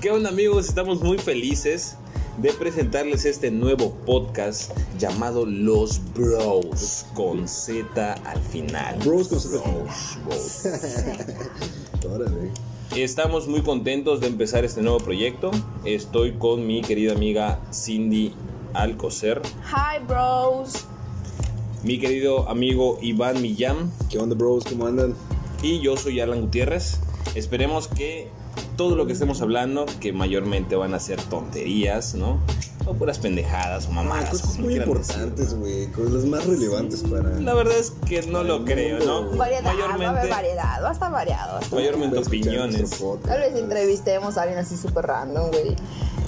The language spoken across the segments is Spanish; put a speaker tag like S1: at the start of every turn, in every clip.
S1: ¿Qué onda amigos? Estamos muy felices de presentarles este nuevo podcast llamado Los Bros con Z al final.
S2: Bros con Z.
S1: Bros, bros.
S2: Órale.
S1: Estamos muy contentos de empezar este nuevo proyecto. Estoy con mi querida amiga Cindy Alcocer,
S3: Hi, bros.
S1: mi querido amigo Iván Millán
S2: ¿Qué onda, bros? ¿Cómo andan?
S1: y yo soy Alan Gutiérrez. Esperemos que todo lo que estemos hablando, que mayormente van a ser tonterías, ¿no? O puras pendejadas o mamadas.
S2: cosas
S1: como
S2: pues, muy
S1: quieran
S2: importantes,
S1: decirlo.
S2: güey. Cosas las más relevantes para.
S1: La verdad es que no lo creo, ¿no?
S3: Variedad, va a haber
S1: Mayormente,
S3: variedad, va a estar variado. hasta-
S1: mayormente
S2: Para escuchar
S1: opiniones.
S2: nuestro podcast.
S3: Tal vez entrevistemos a alguien así súper random, güey.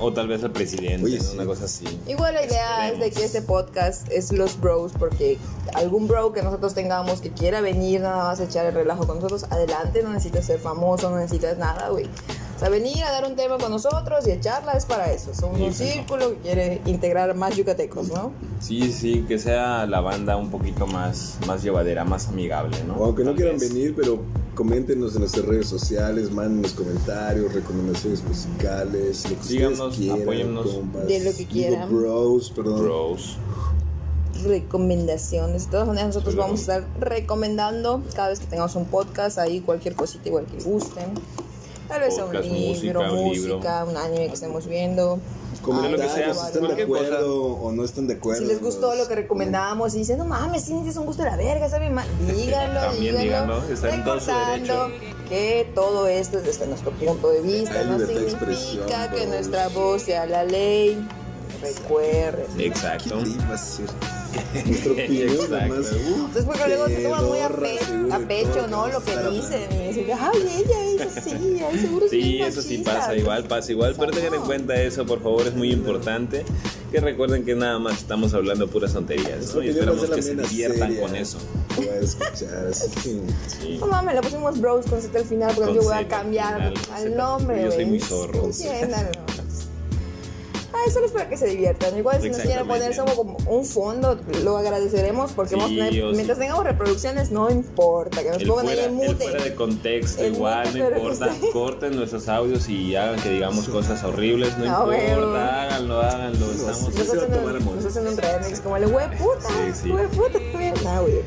S1: O tal vez el presidente,
S2: Oye,
S1: ¿no?
S2: sí.
S1: una cosa así.
S3: Igual la idea es de que este podcast es los bros, porque algún bro que nosotros tengamos que quiera venir nada más a echar el relajo con nosotros, adelante, no necesitas ser famoso, no necesitas nada, güey. O sea, venir a dar un tema con nosotros y a charla es para eso. Somos un
S1: Sí, sí.
S3: círculo que quiere integrar más yucatecos, ¿no?
S1: Sí, sí, que sea la banda un poquito más, más llevadera, más amigable, ¿no?
S2: O aunque no
S1: Tal
S2: quieran
S1: vez.
S2: venir, pero coméntenos en nuestras redes sociales, mándenos comentarios, recomendaciones musicales, lo que
S1: Síganos,
S2: ustedes quieran,
S1: apóyennos.
S2: compas.
S3: De lo que
S2: Digo,
S3: quieran.
S2: bros, perdón.
S1: Bros.
S3: recomendaciones. De todas maneras, nosotros
S1: Claro.
S3: vamos a estar recomendando cada vez que tengamos un podcast, ahí cualquier cosita igual que gusten. Tal vez sea un
S1: Podcast,
S3: libro,
S1: música,
S3: música,
S1: un libro.
S3: un anime que estemos viendo. Ah,
S2: Comentarios,
S1: lo que sea, pues,
S2: si están de
S1: cualquier cosa.
S2: acuerdo o no están de acuerdo.
S3: Si les gustó
S2: nos-
S3: lo que recomendábamos y dicen, no mames, sí, es un gusto de la verga, está bien mal. Díganlo,
S1: También
S3: díganlo.
S1: díganlo, está en todo su
S3: recordando que todo esto es desde nuestro punto de vista.
S2: Hay
S3: No
S2: libertad de
S3: significa
S2: expresión,
S3: que
S2: bros.
S3: nuestra voz sea la ley. Recuerden.
S1: Exacto.
S2: ¿Qué iba a ser? Nuestra opinión, nada más.
S3: Entonces, porque luego se toman muy a,
S2: Pedorra,
S3: pe-
S2: seguro
S3: a
S2: de
S3: pecho,
S2: todo
S3: ¿no?
S2: que
S3: Lo que
S2: está
S3: dicen.
S2: hablando.
S3: Y dicen, ay, ella hizo sí, ay, seguro es
S1: Sí,
S3: Pues bien
S1: eso sí
S3: machista".
S1: pasa igual, pasa igual. Pero tengan en cuenta eso, por favor, es muy importante. Que recuerden que nada más estamos hablando puras tonterías,
S2: Nuestra
S1: ¿no? Y
S2: opinión va a
S1: esperamos
S2: ser
S1: que se
S2: amena,
S1: diviertan
S2: seria.
S1: con eso.
S2: Lo voy a escuchar, así que-
S1: Sí.
S3: No mames, le pusimos bros con Z al final porque
S1: Con
S3: yo voy
S1: Z al
S3: a cambiar
S1: final, con Z.
S3: al nombre.
S1: Yo soy
S3: güey.
S1: muy zorro.
S3: Entiéndanlo. Ay, solo es para que se diviertan. Igual si nos quieren
S1: Exactamente.
S3: poner como, como un fondo, lo agradeceremos porque
S1: Sí,
S3: vamos a tener-
S1: o sí.
S3: mientras tengamos reproducciones, no importa. Que nos
S1: El
S3: pongan
S1: fuera,
S3: ahí en
S1: el
S3: mute.
S1: fuera de contexto,
S3: El
S1: igual,
S3: mute,
S1: no
S3: pero
S1: importa.
S3: sí.
S1: Corten nuestros audios y hagan que digamos cosas horribles, no
S3: Ah, huevo.
S1: importa. Háganlo, háganlo. Estamos
S2: sí.
S3: Nos
S2: Se va a
S3: hacen,
S2: tomar a
S3: un,
S2: modo.
S3: nos hacen un remix como el güey puta,
S1: Sí, sí.
S3: güey puta, güey. Nah, güey.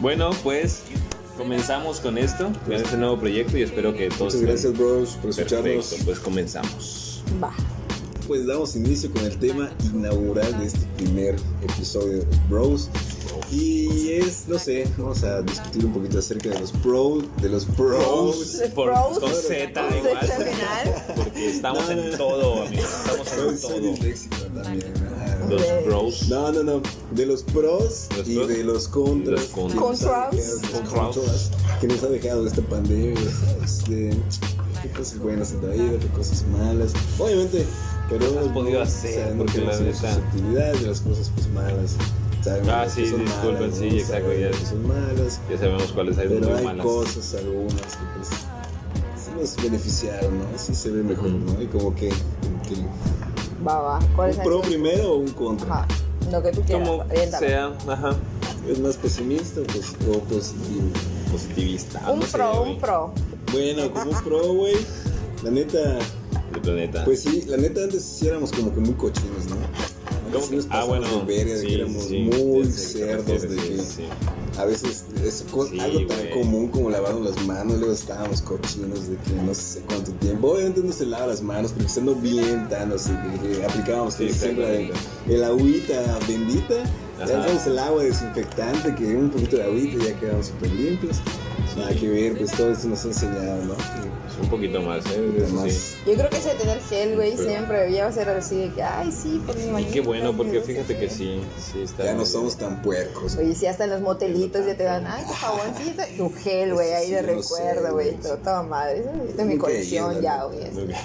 S1: Bueno, pues comenzamos con esto, con este nuevo proyecto y espero que todos
S2: Muchas gracias,
S1: estén
S2: bros, por escucharnos.
S1: Perfecto, pues comenzamos.
S3: Va.
S2: Pues damos inicio con el tema inaugural de este primer episodio de Bros. Y es, no sé, vamos a discutir un poquito acerca de los pros, de los pros.
S1: por-
S3: Bros,
S1: con Z
S3: con
S1: igual.
S3: Z al final.
S1: Porque estamos
S2: No, no,
S1: en
S2: no.
S1: todo, amigos, estamos
S2: Soy-
S1: en
S2: soy
S1: todo.
S2: disléxico también. ah.
S1: Los bros.
S2: No, no, no. De los pros
S1: Los
S2: y
S1: pros.
S2: de los contras.
S1: Los contras.
S2: Que nos ha dejado-
S1: Contras.
S2: contras, Que nos ha dejado esta pandemia. Este, qué cosas buenas en la vida, qué cosas malas. Obviamente, pero.
S1: No has podido hacer, porque
S2: porque
S1: la
S2: las
S1: neta-
S2: actividades de las cosas pues malas. Sabemos
S1: Ah,
S2: las
S1: sí,
S2: que son
S1: disculpen,
S2: malas,
S1: sí,
S2: ¿no?
S1: exacto,
S2: Sabemos
S1: ya.
S2: las que son malas.
S1: Ya sabemos cuáles hay muy
S2: Pero hay
S1: malas.
S2: cosas algunas que pues sí nos beneficiaron, ¿no? Sí se ve mejor, ¿no? Y como que, como que-
S1: eh,
S3: Va, va. ¿Cuál es
S2: un
S3: el
S2: pro primero o un contra.
S3: Ajá. Lo que tú quieras.
S1: Como
S3: oriéntame.
S1: sea, ajá,
S2: ¿Es más pesimista o, pos- o pues, positivo?
S1: positivista.
S3: Un
S1: no sé,
S3: pro,
S1: güey,
S3: un pro.
S2: Bueno, como un pro, güey. La neta,
S1: del planeta.
S2: pues sí, la neta antes sí éramos como que muy cochinos, ¿no?
S1: ¿Cómo
S2: Antes
S1: que-
S2: nos
S1: ah,
S2: pasamos
S1: bueno,
S2: de verga, de que
S1: sí,
S2: éramos
S1: sí,
S2: muy
S1: ya sé a qué te
S2: cerdos, de que
S1: refieres, sí.
S2: a veces es co-
S1: Sí,
S2: algo tan
S1: güey.
S2: común como lavarnos las manos, luego estábamos cochinos de que no sé cuánto tiempo. Obviamente no se lava las manos, pero que se ando bien tan así, de que aplicábamos
S1: Sí,
S2: que siempre
S1: exactamente.
S2: la- el agüita bendita,
S1: Ajá.
S2: lanzamos el agua desinfectante, que un poquito de agüita y ya quedamos súper limpios. Nada que ver, pues todo eso nos ha enseñado, ¿no? Que
S1: Un poquito más, ¿eh? Eso
S2: además,
S1: sí.
S3: Yo creo que ese de tener gel, güey,
S1: Pero-
S3: siempre ya va a ser así de que, ay, sí, por mi
S1: Y
S3: manita,
S1: qué bueno, porque
S3: no sé
S1: fíjate
S3: qué.
S1: que sí, sí está.
S2: ya no
S1: muy
S2: somos tan puercos.
S3: Oye, sí, hasta en los motelitos ya te dan, ay, tu jaboncito, tu gel, güey, ahí de
S2: Eso sí, yo no sé,
S3: recuerdo, güey.
S2: güey.
S3: Todo, toda madre. Eso Esta es
S2: Nunca
S3: mi
S2: he
S3: colección
S2: ido,
S3: ya,
S2: la
S3: güey.
S1: bien.
S3: así.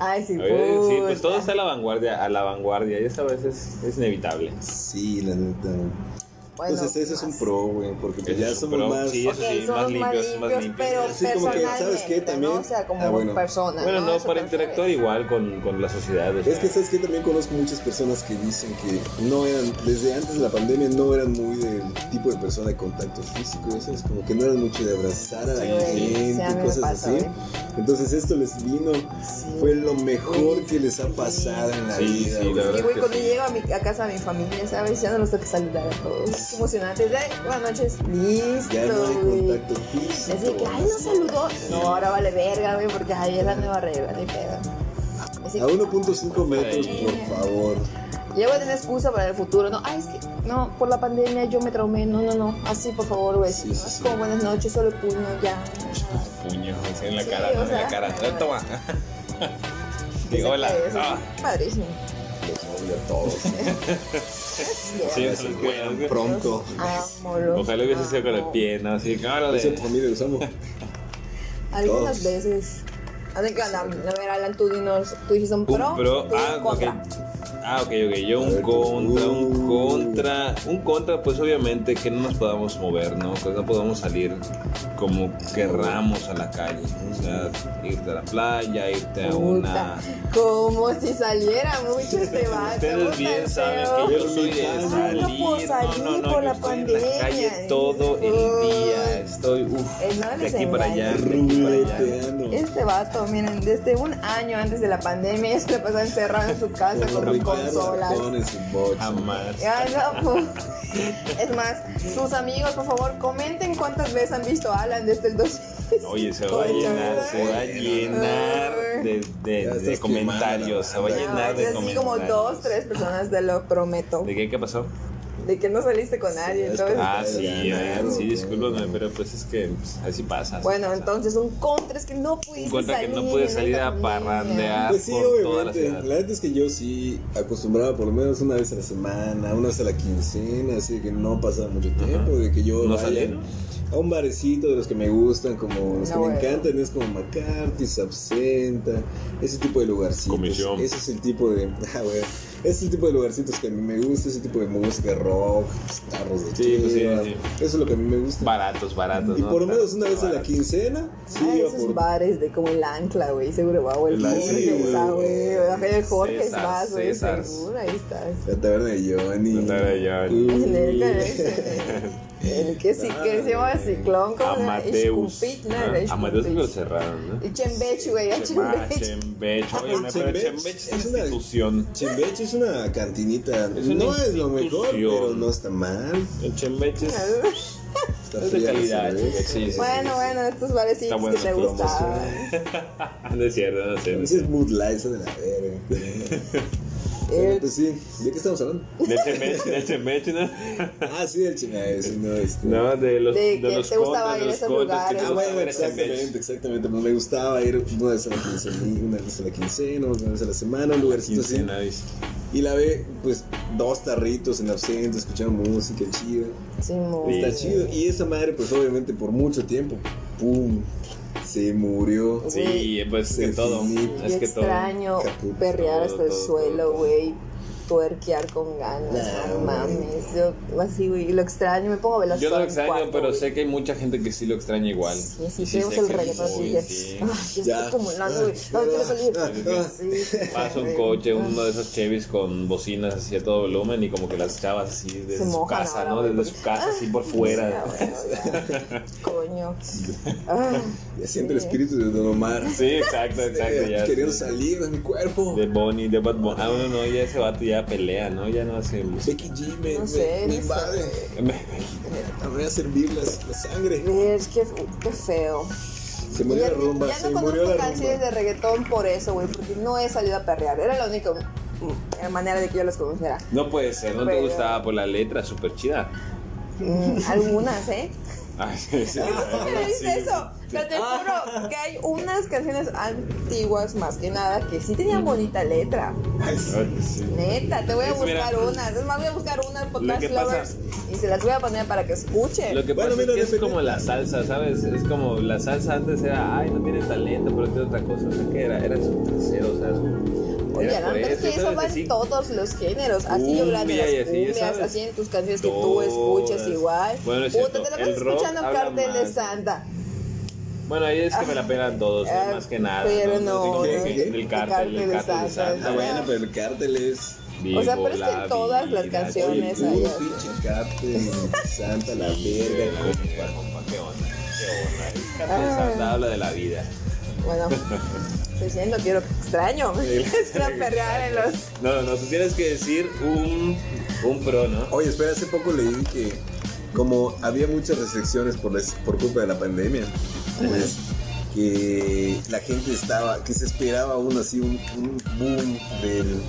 S3: Ay, sí,
S1: A ver, sí,
S3: puta.
S1: pues todo está a la vanguardia, a la vanguardia, y eso a veces es inevitable.
S2: Sí, la neta.
S3: Bueno,
S1: Pues
S2: Entonces
S1: este,
S2: ese es un
S3: más.
S2: pro, güey, porque pues
S1: Ese
S2: ya
S1: es un
S2: somos
S1: pro,
S2: más...
S1: sí, eso
S3: Ok, somos
S1: más limpios, más limpios.
S3: pero
S2: Sí, como que,
S3: personalmente,
S2: ¿sabes qué? También-
S3: ¿no? O sea, como
S2: Ah, bueno.
S3: persona.
S1: Bueno, no,
S3: Eso
S1: para
S3: prefiero.
S1: interactuar igual con, con la sociedad. o
S2: Es
S1: sea,
S2: que sabes que también conozco muchas personas que dicen que no eran, desde antes de la pandemia no eran muy del tipo de persona de contacto físico, eso es como que no eran mucho de abrazar a la
S3: Sí,
S2: gente
S3: güey, sí, a mí me ¿eh?
S2: y cosas
S3: pasa,
S2: así.
S3: güey.
S2: Entonces esto les vino,
S3: Sí.
S2: fue lo mejor que les ha pasado en la
S1: Sí,
S2: vida.
S1: sí,
S2: güey.
S1: la
S3: Y
S1: verdad.
S3: güey,
S1: que
S3: cuando
S1: sí.
S3: llego a, mi, a casa de mi familia, ¿sabes? Ya no los tengo que saludar a todos. Es emocionante. Ya, buenas noches. Listo,
S2: Ya no hay
S3: güey.
S2: contacto físico.
S3: Así que, ay, no saludó. No, ahora vale verga, güey, porque ahí es la nueva regla, ni pedo. Así
S2: A
S3: que
S2: 1.5 metros, por favor.
S3: ya voy a tener excusa para el futuro, ¿no? Ay, es que, no, por la pandemia yo me traumé. No, no, no. Así, por favor, güey.
S2: Sí,
S3: no,
S2: sí,
S3: es
S2: sí.
S3: como buenas noches, solo puño, ya.
S1: Puño, así en la
S3: Sí,
S1: cara,
S3: o
S1: ¿no? en
S3: sea,
S1: la cara.
S3: bueno.
S1: Toma. Digo, hola.
S3: Eso es
S1: Ah,
S3: Padrísimo.
S2: Los odio a todos.
S1: Sí, se
S2: Ahora sí,
S1: los
S2: güey,
S1: cuelgan.
S2: Pronto.
S3: Amo, los
S1: Ojalá hubiese sido con
S3: amo.
S1: la pierna, así que órale.
S2: Eso también los amo.
S3: Algunas
S2: Todos.
S3: veces. A ver, ¿qué onda? A ver, Alan, tú dinos, tú dijiste un pro,
S1: Un pro.
S3: tú
S1: Ah,
S3: un
S1: ok.
S3: contra.
S1: Ah, ok, ok. Yo
S2: A
S1: un
S2: ver, tú.
S1: contra, un
S2: Uh.
S1: contra. Un contra, pues obviamente que no nos podamos mover, ¿no? Que no podamos salir como querramos a la calle. O sea, irte a la playa, irte a
S3: Puta,
S1: una.
S3: como si saliera mucho este vato. puta,
S1: Ustedes bien
S3: el
S1: saben
S3: feo.
S1: que yo soy de
S2: Ay, no
S1: salir.
S3: puedo salir
S1: no, no,
S3: por
S1: yo
S3: la
S1: estoy en
S3: pandemia.
S1: la calle todo el día. Estoy,
S3: Eh,
S1: uff,
S3: no
S1: de
S3: les
S1: aquí para allá,
S3: engañes.
S1: de aquí para allá.
S2: Ruleteando.
S3: Este vato, miren, desde un año antes de la pandemia, ya se la pasaba encerrado en su casa con sus consolas.
S1: Jamás.
S3: Ay, no, pu- es más, sus amigos, por favor, comenten cuántas veces han visto a Alan desde el 2000.
S1: Oye, se va a
S3: Oye,
S1: llenar,
S3: ay.
S1: se va a llenar de, de-
S2: Ya
S1: de
S2: estás quemando,
S1: comentarios, se va a
S2: la
S1: llenar de
S3: así como dos,
S1: comentarios.
S3: tres personas, te lo prometo.
S1: ¿De qué? ¿Qué pasó?
S3: De que no saliste con nadie,
S2: es
S3: entonces.
S1: Ah, sí, eh,
S2: ganar,
S1: sí,
S2: ok.
S1: discúlpame, pero pues es que pues, así pasa. así
S3: Bueno,
S1: pasa.
S3: entonces un contra es que no pudiste
S1: Un contra que
S3: salir.
S1: no pude salir
S3: esta
S1: a
S3: pandemia.
S1: parrandear.
S2: Pues sí,
S1: por toda la
S2: obviamente.
S1: ciudad.
S2: La verdad es que yo sí acostumbraba por lo menos una vez a la semana, una vez a la quincena, así de que no pasaba mucho tiempo, de que yo
S1: ¿No
S2: vaya
S1: salieron?
S2: a un barecito de los que me gustan, como los que
S3: No, eh.
S2: me
S3: bueno.
S2: encantan, es como McCarthy, Absenta, ese tipo de lugarcitos.
S1: Comisión.
S2: Ese es el tipo de. Ah, bueno. Ese es el tipo de lugarcitos que a mí me gusta, ese tipo de música rock, tarros de
S1: Sí, pues sí,
S2: chela.
S1: sí.
S2: Eso es lo que a mí me gusta.
S1: Baratos, baratos.
S2: Y
S1: ¿no?
S2: por lo
S1: Baratos,
S2: menos una vez a la
S1: baratos.
S2: quincena, sí,
S3: Ah,
S2: iba
S3: esos
S2: por
S3: bares de como el ancla, güey. Seguro va, güey. El
S2: El Ancla,
S3: Jorge,
S2: güey.
S3: está, güey. La Feria del Jorge es
S1: César,
S3: más, güey.
S1: César.
S3: Seguro, ahí está.
S2: la taberna de Mm. Johnny.
S1: La taberna de Johnny.
S3: El, el-
S2: Uy.
S3: el que sí, que se llama Ciclón, como
S1: Amadeus. ¿Ah? Amadeus lo
S3: Amadeus.
S1: cerraron, ¿no?
S3: Y Chembech, güey. a
S1: Ah,
S3: Chembech.
S1: Chembech. Oye,
S2: Ah,
S1: pero
S2: Chembech
S1: Chembech es
S2: es
S1: una
S2: una-
S1: institución.
S2: Chembeche es una cantinita.
S1: Es una
S2: no es lo mejor,
S1: institución.
S2: pero no está mal.
S1: El Chembech es
S2: Está
S1: Es de
S2: fría la
S1: calidad,
S2: cerveza.
S1: sí, sí, sí.
S3: Bueno, bueno, estos
S1: Está
S3: barecitos que
S1: bueno,
S3: te
S1: pero
S3: gustaban.
S1: Ah, No es cierto, no es
S2: A
S1: cierto.
S2: veces es Bud Light, esa de la verga. Bueno,
S3: El
S2: pues sí, ¿de qué estamos hablando?
S1: Del Chembech, del Chembech, ¿no?
S2: Ah, sí, del Chembeche, sí, no, este.
S1: No, de los,
S3: De
S1: de
S3: que
S1: los
S3: te gustaba
S1: contas,
S3: ir a
S1: de los contas
S3: esos
S1: que
S3: lugares.
S1: te
S2: Ah,
S1: gustaba
S2: bueno,
S1: ver ese
S2: exactamente,
S1: Chembech.
S2: exactamente. Pues, Me gustaba ir una vez a la quincena, una vez a la quincena, una vez a la semana, un lugarcito así.
S1: Quincena, dice.
S2: Y la ve, pues, dos tarritos en absente, escuchando música chida.
S3: Simón.
S1: Sí.
S2: Está chido. Y esa madre, pues, obviamente, por mucho tiempo, pum, se murió.
S1: Sí, pues es que
S2: Sí,
S1: todo.
S2: sí.
S1: Es
S3: Yo
S1: que todo.
S3: extraño
S2: Caputo,
S3: perrear
S1: todo,
S3: hasta el
S1: todo,
S3: suelo,
S1: todo.
S3: güey. Tuerquear con ganas,
S2: Nah,
S3: no
S2: güey.
S3: mames. Yo así, güey, lo extraño, me pongo a velas
S1: Yo no
S3: solo
S1: lo
S3: en
S1: extraño,
S3: cuarto,
S1: pero
S3: güey.
S1: sé que hay mucha gente que sí lo extraña igual.
S3: Sí, sí,
S1: Y
S3: tenemos
S1: sé
S3: el
S1: que
S3: reggaetón
S1: sí,
S3: así que.
S1: sí.
S3: Ay, ya está acumulando, güey. Ay, quiero salir.
S2: Ah, ah.
S3: Sí.
S1: Pasa un
S3: Ay,
S1: coche,
S3: ah.
S1: uno de esos Chevys con bocinas así a todo volumen y como que las chavas así
S3: Se
S1: desde su
S3: mojan
S1: casa,
S3: ahora,
S1: ¿no?
S3: güey,
S1: Desde
S3: porque-
S1: su casa, así por fuera.
S3: Sí, ah, bueno, ya. Coño. Ah,
S2: Ya siempre
S3: sí.
S2: el espíritu de Don Omar.
S1: Sí, exacto, exacto.
S2: Eh,
S1: ya,
S2: queriendo
S1: sí.
S2: salir de mi cuerpo.
S1: De Bonnie, de Bad Bunny. Ah, bueno, no, ya ese vato ya pelea, ¿no? Ya no hace música.
S2: Becky G me,
S3: No
S2: me-
S3: sé,
S2: me
S3: no
S2: invade. Me voy a servir las- la sangre.
S3: ver, qué, qué feo.
S2: Se murió
S3: ya,
S2: la rumba,
S3: ya
S2: se
S3: no
S2: murió
S3: conozco
S2: la
S3: canciones de
S2: rumba.
S3: reggaetón por eso, güey, porque no he salido a perrear. Era la única mm, manera de que yo las conociera.
S1: No puede ser, no te
S3: Pero-
S1: gustaba por la letra, súper chida.
S3: Mm, algunas, ¿eh?
S1: Ay, sí, sí,
S3: ¿Por Ah, qué me dices
S1: sí. Ah,
S3: eso? Pero te juro que hay unas canciones antiguas, más que nada, que sí tenían bonita letra.
S2: Ay, sí.
S1: Ay, sí.
S3: Neta, te voy a
S1: Es, mira,
S3: buscar unas. Es más, voy a buscar unas
S1: Lo
S3: podcast
S1: que pasa-
S3: lovers y se las voy a poner para que escuchen.
S1: Lo que
S2: Bueno,
S1: pasa
S2: mira,
S1: es que es
S2: depende-
S1: como la salsa, ¿sabes? Es como la salsa antes era, ay, no tiene talento, pero tiene otra cosa. O sea, que era, era su trasero, o sea, su
S3: apoyaran.
S1: por
S3: Pero es
S1: eso,
S3: que eso
S1: ¿sabes?
S3: va
S1: Sí.
S3: en todos los géneros. Así yo hablando de
S1: Cumbia y
S3: las
S1: así, ya
S3: cumbias,
S1: sabes.
S3: así en tus canciones que tú
S1: Todas.
S3: escuchas igual.
S1: Bueno, es
S3: Puta,
S1: cierto,
S3: te la vas
S1: el rock
S3: escuchando
S1: habla
S3: cartel de
S1: más.
S3: Santa.
S1: Bueno, ahí es que me la pelan todos,
S3: Ah,
S1: ¿no? más que nada.
S3: pero no,
S1: Así como
S2: no,
S1: que
S2: no,
S1: el
S3: el
S1: cártel, el cártel de Santa.
S2: Ah, bueno, pero el cártel es.
S3: O sea, pero es que en
S1: Vivo
S3: todas
S1: la vida,
S3: las
S2: Oye,
S3: canciones
S1: chico.
S3: hay-
S2: puro
S3: allá.
S2: pinche cártel, santa la verga, compa.
S1: compa, qué onda, qué onda. El cártel
S3: Ah.
S1: de Santa habla de la vida.
S3: Bueno, estoy diciendo, quiero extraño. Quiero perrear en los.
S1: No, no, no, tú tienes que decir un, un pro, ¿no?
S2: Oye, espera, hace poco leí que como había muchas restricciones por, la- por culpa de la pandemia, pues que la gente estaba, que se esperaba aún así un, un boom del,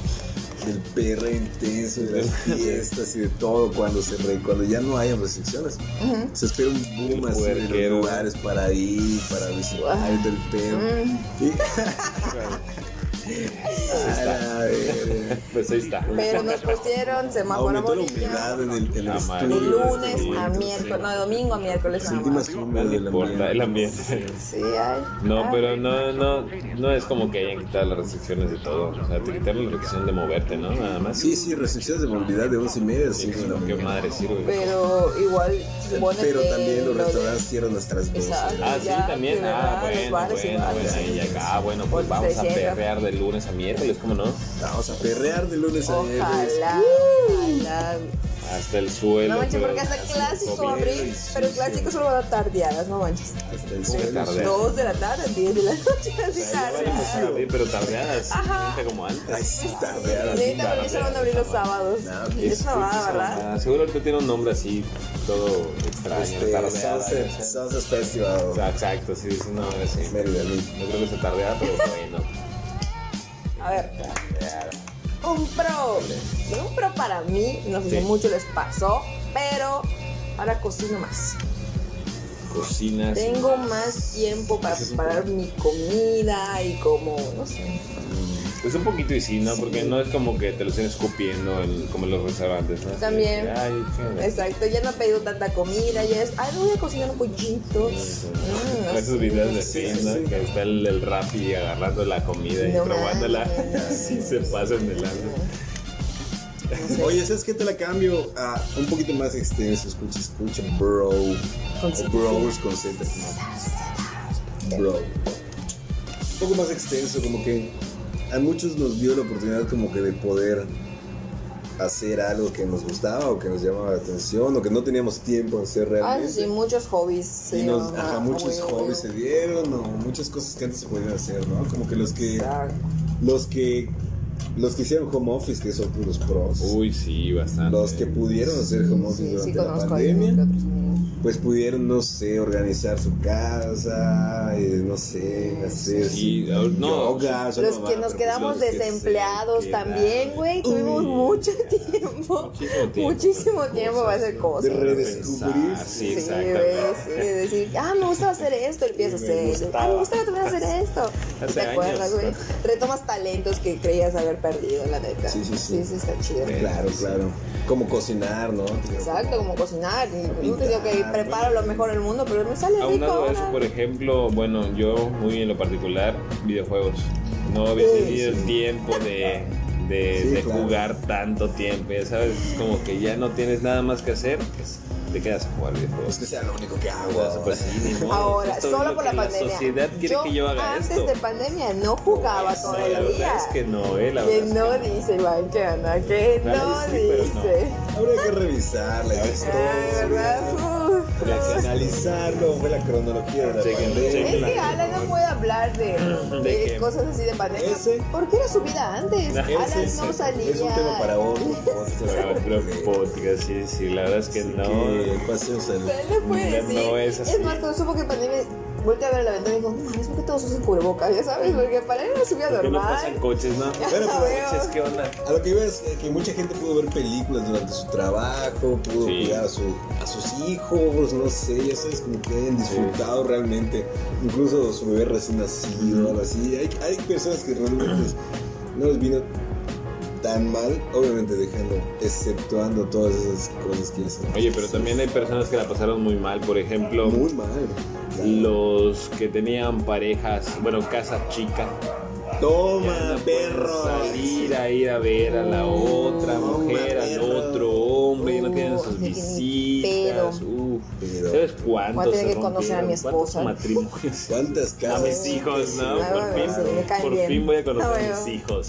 S2: del perre intenso, de las fiestas y de todo cuando se re- cuando ya no hayan restricciones.
S3: Ujú.
S2: Se espera un boom
S1: El
S2: así de
S1: puerquero.
S2: los lugares para ir, para visitar
S3: Guau.
S2: del perro.
S3: Mm,
S2: Y- A la verga.
S1: Pues ahí está.
S3: Pero nos pusieron semáforo
S2: Aumentó la
S3: amarilla.
S2: humedad en el, en el
S1: Ah, madre.
S3: De
S2: estudio.
S3: lunes
S1: Sí,
S3: a miércoles, no, de domingo a miércoles nada
S2: Sentí
S3: más.
S2: más húmedo
S1: No
S2: el
S1: importa el
S2: ambiente.
S1: ambiente.
S3: Sí, ay.
S1: No,
S3: Ay.
S1: pero no, no, no es como que hayan quitado las restricciones de todo. O sea, te quitaron la restricción de moverte, ¿no? Nada más.
S2: Sí, sí, restricciones de movilidad de 11 y media, 5 de la
S1: ¿Qué
S2: mañana.
S1: madre sirve?
S3: Pero igual se supone
S2: Pero
S3: que
S2: también los
S3: lo de-
S2: restaurantes cierran hasta las 12.
S3: Exacto.
S1: Ah, sí,
S3: Ya,
S1: también.
S3: de
S1: Ah,
S3: verdad, los
S1: bueno,
S3: bares y
S1: bueno,
S3: bares,
S1: bueno. Ahí
S3: sí.
S1: llega. Ah, bueno, pues
S3: Por
S1: vamos a
S3: trescientos.
S1: perrear de lunes a miércoles, ¿cómo no?
S2: Vamos a Ah, perrear de lunes a viernes.
S3: Ojalá,
S2: uh.
S3: ojalá.
S1: Hasta el suelo.
S3: No manches,
S1: pero-
S3: porque hasta clásico
S1: Comiendo y
S3: abrí, pero
S1: sucio.
S3: clásico solo va a dar tardeadas, no manches.
S2: Hasta el suelo.
S1: tarde.
S3: Dos de la tarde, diez de la noche, así
S1: O sea, ya van a empezar a
S3: tardeadas.
S1: abrir, pero tardeadas.
S3: Ajá.
S1: Neta como antes.
S2: Ay, sí, tardeadas.
S3: Neta, porque
S1: tardeadas,
S3: solo van a abrir los
S1: jamás.
S3: sábados.
S2: No,
S3: Es una mamada, ¿verdad?
S1: Ah, seguro ahorita tiene un nombre así, todo extraño.
S2: Este,
S1: tardeada,
S2: Sunset,
S1: ya sé.
S2: Sunset Festival.
S1: O sea, exacto, sí, es una madre así.
S2: Mérida, Luis.
S1: No creo que se tardeada, pero bueno.
S3: A ver,
S1: tardeada.
S3: un pro. Un pro para mí, no sé si
S1: Sí.
S3: mucho les pasó, pero ahora cocino más.
S1: Cocinas.
S3: Tengo más tiempo para
S1: Ese es un
S3: preparar mi comida y como, no sé.
S1: Pues un poquito y sí, ¿no?
S3: Sí.
S1: Porque no es como que te lo estén escupiendo en- como en los restaurantes, ¿no? Así de
S3: También.
S1: que, Ay, qué
S3: Exacto, ya no he pedido tanta comida, ya es, ay, voy a cocinar pollitos. Mm, no sé,
S1: Esos videos de
S3: sí,
S1: fin,
S2: sí,
S1: ¿no?
S2: sí.
S1: Que está el, el rap y agarrando la comida y
S3: No
S1: probándola.
S3: manches.
S1: Sí, se pasan de lanza.
S2: Oye, ¿sabes qué? Te la cambio a un poquito más extenso. Escucha, escucha, bro. O bros, concéntrate. Bro. Un poco más extenso, como que a muchos nos dio la oportunidad como que de poder hacer algo que nos gustaba o que nos llamaba la atención o que no teníamos tiempo de hacer
S3: Ah,
S2: realmente.
S3: sí, muchos hobbies.
S2: y
S3: sí,
S2: nos,
S3: ajá,
S2: ajá, muchos
S3: huevo,
S2: hobbies se
S3: huevo.
S2: dieron o muchas cosas que antes se podían hacer, ¿no? Como que los que
S3: Exacto.
S2: los que los que hicieron home office, que son puros pros.
S1: Uy, sí, bastante.
S2: Los que pudieron hacer home office
S3: Sí, sí,
S2: durante la
S3: conozco a algunos que
S2: pandemia,
S3: otros amigos.
S2: pues pudieron, no sé, organizar su casa, eh, no sé, hacer
S1: Sí,
S2: su
S1: ahor- no,
S2: yoga, o sea,
S3: Los
S2: no,
S3: que
S2: va,
S3: nos
S2: pero pues
S3: quedamos
S2: los que se
S3: desempleados
S1: quedaron.
S3: también, güey. Tuvimos
S2: Uy,
S3: mucho tiempo.
S1: Muchísimo tiempo.
S3: Muchísimo tiempo para hacer
S2: De
S3: cosas.
S2: redescubrir.
S1: Ah, sí,
S3: Sí, güey,
S1: exactamente.
S3: sí, de decir, ah, me gusta hacer esto, y empiezas a
S2: Me
S3: hacer, ah, me gustaba también hacer esto. Y
S1: Hace
S3: ¿Te acuerdas,
S1: años.
S3: güey? Retomas talentos que creías haber perdido, la neta.
S2: Sí, sí, sí.
S3: Sí, está chido.
S2: Claro, claro. Como cocinar, ¿no?
S3: Exacto, como cocinar. y Yo
S2: Pintar,
S3: digo que preparo lo mejor del mundo, pero me sale rico.
S1: Aunado a eso,
S3: ahora.
S1: por ejemplo, bueno, yo muy en lo particular, videojuegos. No había
S2: Sí,
S1: tenido
S2: sí.
S1: el tiempo de, de-
S2: Sí,
S1: de
S2: claro.
S1: jugar tanto tiempo, ya sabes, es como que ya no tienes nada más que hacer, pues, te quedas a jugar
S2: Es
S1: videojuegos.
S2: Pues que sea lo único que hago.
S1: Pues, pues, sí, ni modo,
S3: Ahora,
S1: es todo
S3: solo
S1: lo
S3: por
S1: que
S3: la pandemia.
S1: La sociedad quiere
S3: yo
S1: que yo haga
S3: antes
S1: esto.
S3: de pandemia no jugaba
S1: No,
S3: todo
S1: la
S3: el día.
S1: verdad es que no, eh, la
S3: Que
S1: verdad. es
S3: no
S1: que
S3: dice, Iván, que anda, que
S1: Claro,
S3: no
S1: sí, pero no.
S3: dice.
S2: Habría que revisarla.
S1: Ya
S2: y
S1: ves.
S2: todo,
S3: Ay, Ah, ¿verdad? Uf.
S1: Gracias.
S2: Analizarlo, fue la cronología de la
S1: Chequen,
S2: pandemia.
S3: Es
S1: chequen.
S3: que Alan no puede hablar de,
S1: ¿De
S3: de
S1: qué?
S3: cosas así de pandemia.
S2: Ese.
S3: ¿Por qué era su vida antes?
S1: Ese
S3: Alan no
S1: es-
S3: salía.
S2: Es un tema para otro podcast.
S1: Para otro podcast, sí, sí, la verdad es que
S2: Así
S1: no.
S2: que pasemos al-
S3: Él no puede
S1: No,
S3: decir.
S1: no es así.
S3: más, cuando supo que pandemia, volteé a ver la ventana y dijo, no, es que todos usan cubrebocas, ya sabes, porque para él era su vida
S1: ¿Por qué no pasan
S3: normal.
S1: coches, no? pues,
S2: Bueno, pero
S1: Coches, ¿qué onda?
S2: a lo que iba es que mucha gente pudo ver películas durante su trabajo, pudo
S1: Sí.
S2: cuidar a, su- a sus hijos, no sé, ya sabes, como que hayan disfrutado realmente, incluso su bebé recién nacido, algo así. Hay, hay personas que realmente no les vino tan mal, obviamente dejando, exceptuando todas esas cosas que hacen.
S1: Oye, pero también hay personas que la pasaron muy mal, por ejemplo,
S2: Muy mal.
S1: los que tenían parejas, bueno, casas chicas, Ya
S2: Toma,
S1: no puedes
S2: perro.
S1: Salir a ir a ver a la otra
S2: Toma,
S1: mujer, al
S2: perro.
S1: otro hombre, ya no tienen
S3: Uh,
S1: sus
S3: ni
S1: visitas. Uf.
S2: Pero,
S1: ¿Sabes
S3: Voy
S1: cuántos?
S3: a tener
S1: se
S3: que conocer a mi
S1: rompieron? ¿Cuántos
S3: esposa.
S1: matrimonios?
S2: ¿Cuántas
S1: A
S2: casas?
S1: mis hijos, ¿no?
S3: Ah,
S1: Por
S3: bueno, sí, me
S1: fin,
S3: caen
S1: por
S3: bien.
S1: fin voy a
S3: Ah,
S1: conocer a
S3: bueno.
S1: mis hijos.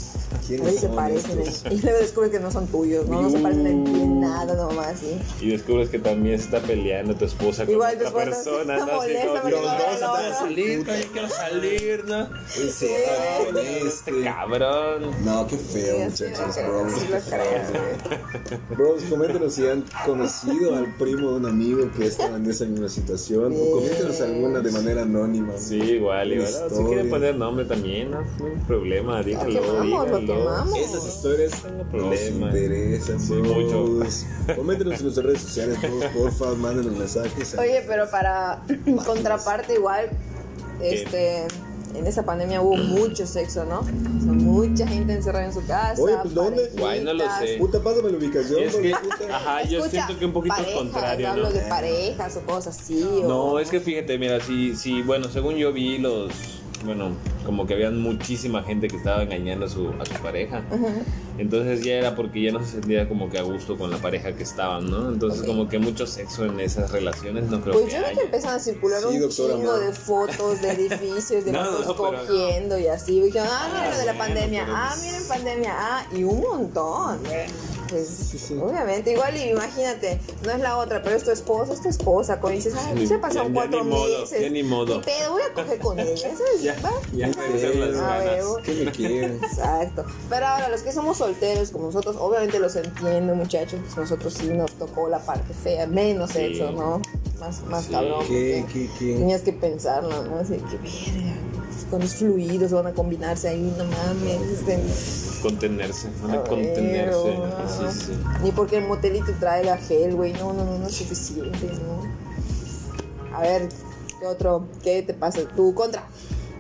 S3: Ahí
S2: ¿Quiénes
S3: se
S2: son
S3: parecen.
S2: estos?
S3: Y luego descubres que no son tuyos, ¿no? No se parecen en ti en nada nomás, ¿sí?
S1: Y descubres que también está peleando tu esposa con
S3: Igual tu
S1: otra
S3: esposa se
S1: persona. ¿no? Así
S3: molesta
S1: como,
S3: porque
S1: los
S2: no
S1: dos
S2: hablan,
S1: están
S2: ¿no?
S1: salir, yo quiero salir, ¿no?
S2: Ese,
S3: Sí.
S2: con
S1: Este
S2: este.
S1: cabrón.
S2: No, qué feo,
S3: Sí, así
S2: muchachos,
S3: va a
S2: bros.
S3: ser,
S2: qué
S3: así va a
S2: feo, güey. Bros, coméntenos si han conocido al primo de un amigo que estaba en esa misma situación. O coméntenos alguna de manera anónima.
S1: Sí, igual, igual. Ah, Si quieren
S2: Historias.
S1: poner nombre también, no no hay problema,
S3: Lo
S1: díganlo,
S3: quemamos, lo
S1: díganlo.
S3: quemamos.
S2: Esas historias nos
S1: problema.
S2: interesan,
S1: Sí,
S2: bros. Coméntenos en nuestras redes sociales, bros, porfa, mándenos mensajes.
S3: Oye, pero para contraparte igual, este, en esa pandemia hubo mucho sexo, ¿no? O sea, mucha gente encerrada en su casa.
S2: Oye, pues, ¿dónde?
S1: Guay, no lo sé.
S2: Puta, pásame la ubicación,
S1: Es que,
S2: bro, puta.
S1: ajá, yo
S3: Escucha,
S1: siento que un poquito al
S3: parejas,
S1: contrario,
S3: Hablo
S1: ¿no?
S3: de parejas o cosas así.
S1: No,
S3: o-
S1: es que fíjate, mira, sí, sí, bueno, según yo vi los, bueno, como que habían muchísima gente que estaba engañando a su, a su pareja. Entonces ya era porque ya no se sentía como que a gusto con la pareja que estaban, ¿no? Entonces
S3: Ok.
S1: como que mucho sexo en esas relaciones no creo
S3: Pues
S1: que
S3: yo creo
S1: haya.
S3: que empiezan a circular
S2: Sí,
S3: un
S2: doctora,
S3: chingo
S2: amor.
S3: de fotos de edificios, de
S1: No, no,
S3: fotos
S1: pero-
S3: cogiendo y así. Y dijeron, ah, miren lo de la
S1: bueno,
S3: pandemia,
S1: pero
S3: ah,
S1: pues-
S3: miren pandemia, ah, y un montón. Pues,
S2: sí.
S3: obviamente, igual, y imagínate, no es la otra, pero es tu esposa, es tu esposa. Con dices, ay,
S1: Sí,
S3: se
S1: ya-
S3: pasaron
S1: ya
S3: cuatro
S1: ni modo,
S3: meses.
S1: ya ni modo.
S3: Ni pedo, voy a coger con ella. Eso es,
S1: Ya,
S3: va.
S1: ya
S2: Ay,
S1: regresaron las
S2: a
S1: ganas.
S3: ver,
S2: ¿Qué me quieren?
S3: Exacto. Pero ahora, los que somos solteros como nosotros, obviamente los entiendo, muchachos. Pues nosotros sí nos tocó la parte fea, menos
S1: Sí.
S3: eso, ¿no? Más, más
S1: Sí.
S3: cabrón.
S2: ¿Qué,
S3: porque
S2: qué, qué?
S3: Tenías que pensarlo, ¿no? Así que, verga, con los fluidos van a combinarse ahí, no mames. este,
S1: Contenerse, van
S3: a
S1: a contenerse.
S3: ver, ah.
S1: Sí, sí, sí.
S3: Ni porque el motelito trae la gel, güey. No, no, no, no es suficiente, ¿no? A ver, ¿qué otro? ¿Qué te pasa? ¿Tu contra?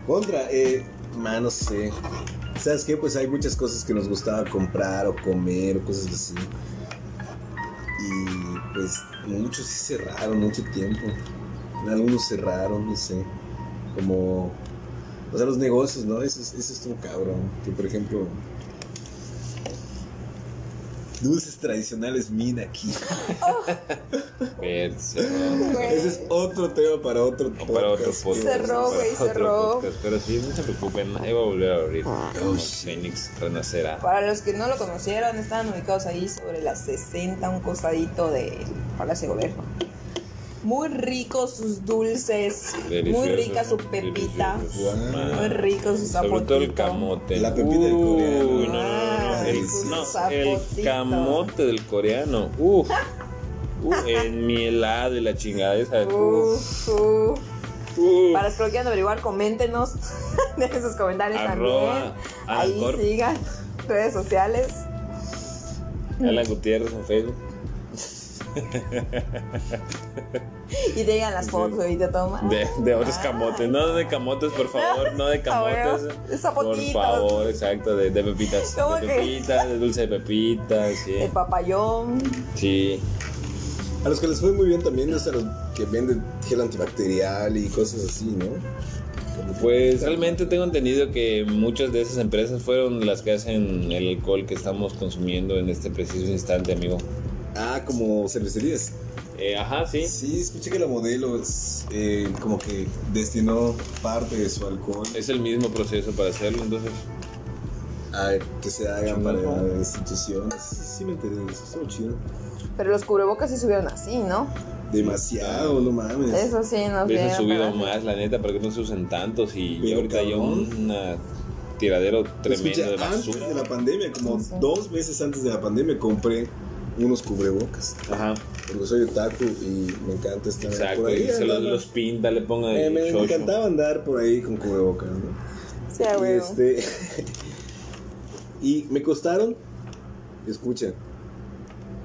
S2: Contra, eh, man, no sé. ¿Sabes qué? Pues hay muchas cosas que nos gustaba comprar o comer o cosas así. Y pues muchos sí cerraron mucho tiempo. Algunos cerraron, no sé. Como. O sea, los negocios, ¿no? Eso, es- eso es un cabrón. Que por ejemplo. Dulces tradicionales mina aquí.
S1: Verse.
S2: Ese es otro tema para otro
S1: O para otro
S2: podcast.
S1: podcast.
S3: Cerró,
S1: para
S3: güey,
S1: otro
S3: cerró.
S1: podcast. Pero sí, no se preocupen, ahí va a volver a abrir. Phoenix renacerá.
S3: Para los que no lo conocieron, estaban ubicados ahí sobre las 60, un costadito de Palacio de Gobierno. Muy ricos sus dulces, muy
S1: Delicioso,
S3: rica su
S1: ¿no?
S3: pepita,
S1: Delicioso.
S2: Guau.
S3: muy rico su
S1: Sobre todo el
S3: zapotito. Ah,
S1: camote.
S2: La pepita del coreano.
S1: Uy, no, no, no, no.
S2: Ay,
S1: El,
S2: su
S1: no,
S3: zapotito.
S1: el camote del coreano. Uf. Uh, en mi helado y la chingada esa. Uf.
S3: Uf, uf.
S1: Uf.
S3: Para los que lo quieran averiguar, coméntenos, dejen sus comentarios
S1: Arroba
S3: también.
S1: Alan
S3: Ahí
S1: Corp.
S3: sigan redes sociales.
S1: Alan Gutiérrez en Facebook.
S3: Y digan las fotos que ahorita toman.
S1: De, de otros
S3: Ah.
S1: camotes, no de camotes, por favor, no de camotes.
S3: Sabor, de
S1: Por
S3: zapotitos.
S1: favor, exacto, de, de pepitas.
S3: ¿Cómo
S1: De
S3: que?
S1: pepitas, de dulce de pepitas, sí.
S3: El papayón.
S1: Sí.
S2: A los que les fue muy bien también es a los que venden gel antibacterial y cosas así, ¿no?
S1: Pues realmente tengo entendido que muchas de esas empresas fueron las que hacen el alcohol que estamos consumiendo en este preciso instante, amigo.
S2: Ah, como cervecerías.
S1: Eh, ajá, sí.
S2: Sí, escuché que la modelo es eh, como que destinó parte de su alcohol
S1: Es el mismo proceso para hacerlo, entonces.
S2: a que se haga
S1: Chingón,
S2: para
S1: ¿no?
S2: las instituciones. Sí, me enteré de eso, estuvo chido.
S3: Pero los cubrebocas sí subieron así, ¿no?
S2: Demasiado, no mames.
S3: Eso sí, nos
S1: Hubiesen
S3: vieron,
S1: subido
S3: pero-
S1: más, la neta, para que no se usen tantos. Y ya
S2: Pero,
S1: ahorita hay
S2: cabrón.
S1: un una tiradero tremendo
S2: Escucha,
S1: de
S2: antes
S1: basura.
S2: de la pandemia, como
S3: Sí, sí.
S2: dos meses antes de la pandemia, compré unos cubrebocas.
S1: Ajá,
S2: Porque soy otaku y me encanta estar
S1: exacto.
S2: por ahí.
S1: y se los,
S2: andando.
S1: los pinta, le ponga
S2: Eh,
S1: el
S2: me, me
S1: shoshu.
S2: encantaba andar por ahí con cubrebocas, ¿no?
S3: Sí, a
S2: Y,
S3: Ah, huevo.
S2: este, y me costaron, escucha,
S3: Escucha.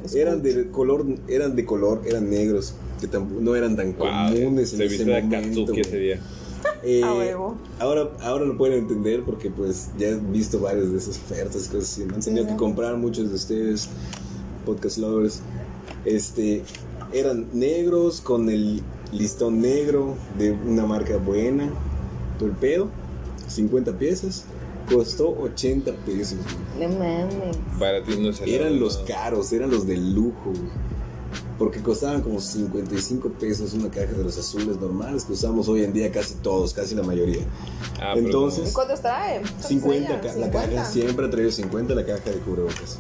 S2: este, eran de color, eran de color, eran negros, que tampoco, no eran tan
S1: Guau,
S2: comunes en
S1: se
S2: ese
S1: viste de
S2: momento.
S1: Katsuki ese
S2: güey.
S1: día.
S2: Eh,
S3: A Ah, huevo.
S2: ahora, ahora lo pueden entender porque pues ya he visto varias de esas ofertas, y cosas así. Me han tenido
S3: Sí,
S2: que
S3: ¿no?
S2: comprar muchos de ustedes, podcast lovers. Este, eran negros con el listón negro de una marca buena, todo el pedo, 50 piezas. Costó 80 pesos, güey.
S3: No mames.
S1: Para ti no será
S2: Eran
S1: nada.
S2: los caros, eran los de lujo, güey. Porque costaban como 55 pesos una caja de los azules normales que usamos hoy en día casi todos, casi la mayoría.
S1: Ah, pero
S2: Entonces-
S3: ¿Cuántos trae? ¿Cuántos
S2: 50
S3: traían?
S2: ca- la caja,
S3: 50.
S2: siempre ha traído 50 la caja de cubrebocas.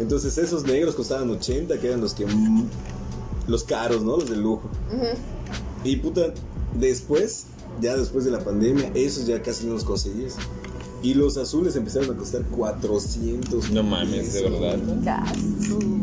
S2: Entonces esos negros costaban 80, que eran los que... mm, Los caros, ¿no? Los de lujo.
S3: Ujú.
S2: Y puta, después, ya después de la pandemia, esos ya casi no los conseguías. Y los azules empezaron a costar 400.
S1: No mames, de verdad.
S3: Caso.
S1: como-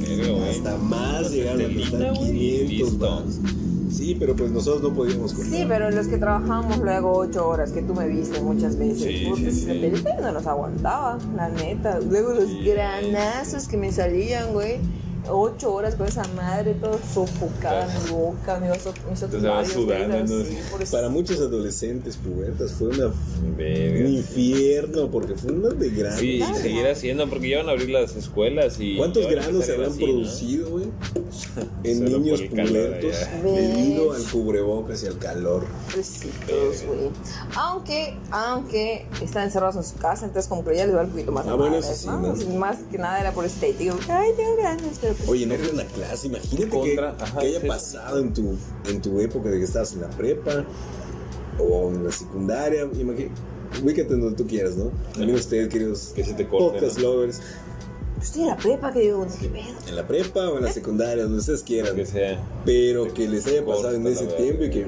S1: Verga, güey.
S2: Hasta más llegaron a
S1: Pastelita,
S2: costar
S1: güey, y
S2: 500
S1: listo.
S2: más. Sí, pero pues nosotros no podíamos comprar.
S3: Sí, pero los que trabajamos luego ocho horas, que tú me viste muchas veces,
S1: Sí,
S3: puta,
S1: sí, sí.
S3: la película no los aguantaba, la neta. Luego los
S1: Sí.
S3: granazos que me salían, güey. Ocho horas con esa madre, todo sofocada mi boca, me iba so- mis
S1: Te
S3: otros
S1: estabas
S3: labios,
S1: sudando,
S3: ¿sabes?
S1: ¿no?
S3: Sí, por eso-
S2: Para muchos adolescentes pubertas fue una-
S1: Verga.
S2: un infierno porque fue una de gran.
S1: Sí, y seguir haciendo, porque ya van a abrir las escuelas y.
S2: ¿Cuántos
S1: ya van a
S2: granos
S1: empezar
S2: se habrán
S1: así, ¿no?
S2: producido, güey? En
S1: Solo por
S2: niños
S1: el calor
S2: pubertos
S1: allá.
S2: debido
S3: ¿Ves?
S2: al cubrebocas y al calor.
S3: Pobrecitos, güey. Aunque, aunque están encerrados en su casa, entonces como que ya les va un poquito más
S2: Ah,
S3: la
S2: bueno,
S3: madre,
S2: eso sí, ¿no?
S3: O sea, Más que nada era por estética. Ay, tengo ganas, pero pues...
S2: Oye, no fue una clase, imagínate
S1: Contra,
S2: que,
S1: ajá,
S2: que haya
S1: sí,
S2: pasado en tu, en tu época de que estabas en la prepa o en la secundaria, imagínate, ubícate en donde tú quieras, ¿no? También ustedes, queridos
S1: Que se te corte.
S2: podcast
S1: ¿no?
S2: lovers,
S3: Pues tiene la prepa que digo, ¿qué pedo?
S2: en la prepa o en la secundaria, donde ustedes quieran,
S1: Que sea.
S2: pero que les haya
S1: Corta
S2: pasado en
S1: la
S2: ese
S1: verga.
S2: tiempo y que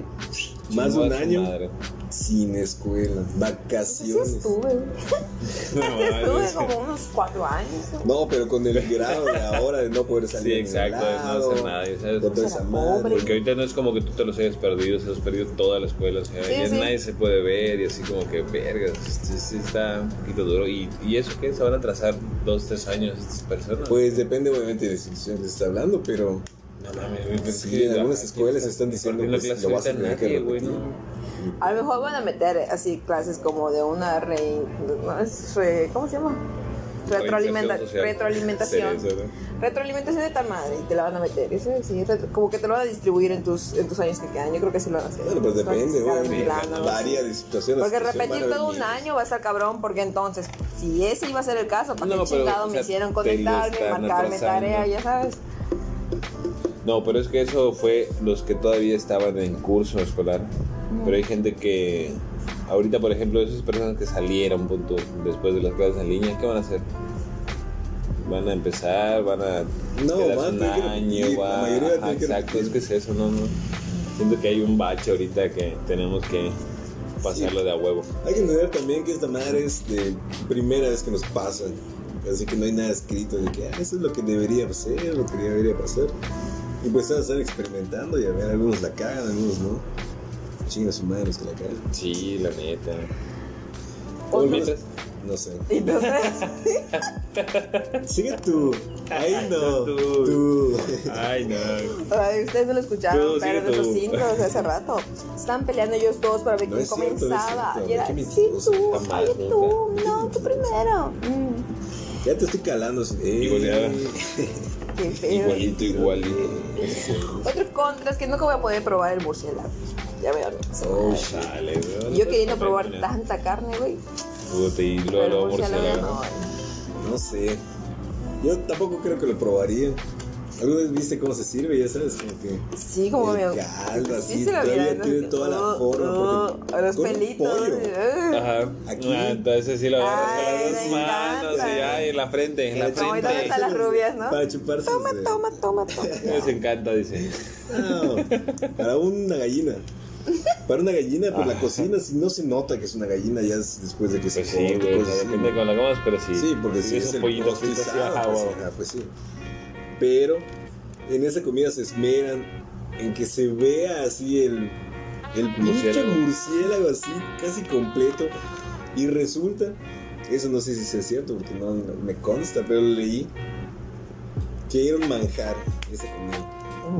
S2: más de
S1: Chingó a
S2: un
S1: su
S2: año
S1: madre.
S2: sin escuela,
S3: Sí
S2: vacaciones.
S3: Pues, estuve, güey.
S2: Ah,
S1: No,
S3: Estuve
S1: mames.
S3: como unos cuatro años. güey.
S2: No, pero con el grado de ahora de no poder salir.
S1: Sí,
S2: a ningún
S1: exacto, de no hacer
S2: lado,
S1: nada, y sabes,
S2: con toda
S3: o sea,
S2: esa madre.
S3: pobre.
S1: Porque ahorita no es como que tú te los hayas perdido, se los perdió toda la escuela, o sea,
S3: Sí,
S1: ya
S3: sí.
S1: nadie se puede ver y así como que, vergas, sí, sí está un poquito duro. ¿Y, y eso qué? ¿Se van a atrasar dos, tres años estas personas?
S2: Pues depende obviamente de la institución que está hablando, pero
S1: no mames, güey, pues,
S2: Sí,
S1: que-
S2: en algunas
S1: ah,
S2: escuelas
S1: ¿quién
S2: están diciendo,
S1: impartiendo clases
S2: pues, lo vas a
S1: ahorita?
S2: tener que
S1: Nadie, güey,
S2: repetir.
S1: no.
S3: A lo mejor van a meter así clases como de una re... no, es re- ¿Cómo se llama? Retroalimenta-
S1: Reinserción social.
S3: retroalimentación.
S1: Sí, eso, ¿no?
S3: Retroalimentación de tal madre y te la van a meter. Eso sí, retro- como que te lo van a distribuir en tus, en tus años que quedan. Yo creo que sí lo van a hacer.
S2: Bueno, pues
S3: Van a
S2: depende,
S3: sacar un
S2: güey.
S3: plan, ¿no?
S2: Varía de situación. a
S3: Porque
S2: situación,
S3: repetir
S2: van a
S3: todo un
S2: venir.
S3: año va a ser cabrón, porque entonces, si ese iba a ser el caso, ¿para
S1: No,
S3: qué
S1: pero,
S3: chingado
S1: o
S3: me
S1: sea,
S3: hicieron
S1: te
S3: conectarme,
S1: lo están
S3: marcarme
S1: atrasando.
S3: tarea, ya sabes?
S1: No, pero es que eso fue los que todavía estaban en curso escolar. Pero hay gente que ahorita, por ejemplo, esas personas que salieron punto, después de las clases en línea, ¿qué van a hacer? Van a empezar, van a
S2: No,
S1: quedarse
S2: van a
S1: un
S2: tener que
S1: año,
S2: repetir, la
S1: va-
S2: mayoría va a
S1: ajá,
S2: tener que
S1: exacto, es que
S2: repetir.
S1: es eso, no, no. Siento que hay un bache ahorita que tenemos que pasarlo de a huevo.
S2: Hay que entender también que esta madre es de primera vez que nos pasa. Así que no hay nada escrito de que ah, eso es lo que debería ser, lo que debería pasar. Y pues van a estar experimentando y a ver, algunos la cagan, algunos no. Chinga su madre los que la cagan.
S1: Sí, la neta.
S2: O al menos-
S1: Mientras-
S2: No sé.
S3: Entonces,
S2: Sigue tú. Ahí no.
S1: Tú.
S2: Tú.
S1: Ay, no.
S3: ay, ustedes no lo escucharon,
S1: Tú, sí,
S3: pero nuestros
S1: tú.
S3: intros de hace rato. Están peleando ellos todos para ver
S2: No
S3: quién
S2: es cierto, no es
S3: comenzaba.
S2: cierto,
S3: y era,
S2: qué
S3: sí,
S2: mentiroso,
S3: tú,
S1: jamás,
S3: oye,
S1: nunca.
S3: tú, no, tú primero. Mm,
S2: Ya te estoy calando.
S1: Y goleada.
S3: qué feo.
S1: Igualito, igualito.
S3: Otro contra es que nunca voy a poder probar el murciélago. Ya veo.
S2: Oh, shit.
S1: Dale, weón.
S3: Yo queriendo probar
S1: Mira,
S3: tanta carne, güey.
S1: puta, y luego
S3: Pero el
S1: luego
S3: murciélago
S1: murciélago.
S3: no.
S2: No sé. Yo tampoco creo que lo probaría. ¿Alguna vez viste cómo se sirve? Ya sabes, como que.
S3: Sí, como
S2: el
S3: me.
S2: caldo, así,
S3: se lo
S2: todavía
S3: vieron,
S2: tiene
S3: ¿no?
S2: toda la
S3: Oh,
S2: forma,
S3: oh,
S2: porque-
S3: a los
S2: con un
S3: pelitos.
S2: pollo.
S3: eh.
S1: Ajá.
S2: Aquí.
S1: Ah, entonces sí lo agarras
S3: Ay,
S1: con las
S3: me
S1: dos manos
S3: encanta.
S1: y ay, en la frente, en la
S2: Para
S3: No, ¿y
S1: frente.
S3: dónde están las rubias, no?
S2: Para chuparse.
S3: Toma,
S2: los
S3: toma, toma, toma.
S1: Les encanta, dice.
S2: dedos. No, para una gallina. Para una gallina, por la cocina, si no se nota que es una gallina, ya es después de que se
S1: Ah. Pues sí,
S2: corta,
S1: güey, o
S2: cosas
S1: sea,
S2: así,
S1: depende
S2: ¿no?
S1: con la comas, pero sí.
S2: Sí, porque si
S1: es
S2: es
S1: un
S2: el
S1: pollito frito así
S2: rostizado,
S1: ajá,
S2: pues,
S1: güey.
S2: ajá, pues sí. Pero en esa comida se esmeran en que se vea así el, el pinche
S1: Murciélago.
S2: murciélago así, casi completo. Y resulta, eso no sé si sea cierto porque no no me consta, pero leí que era un manjar esa comida.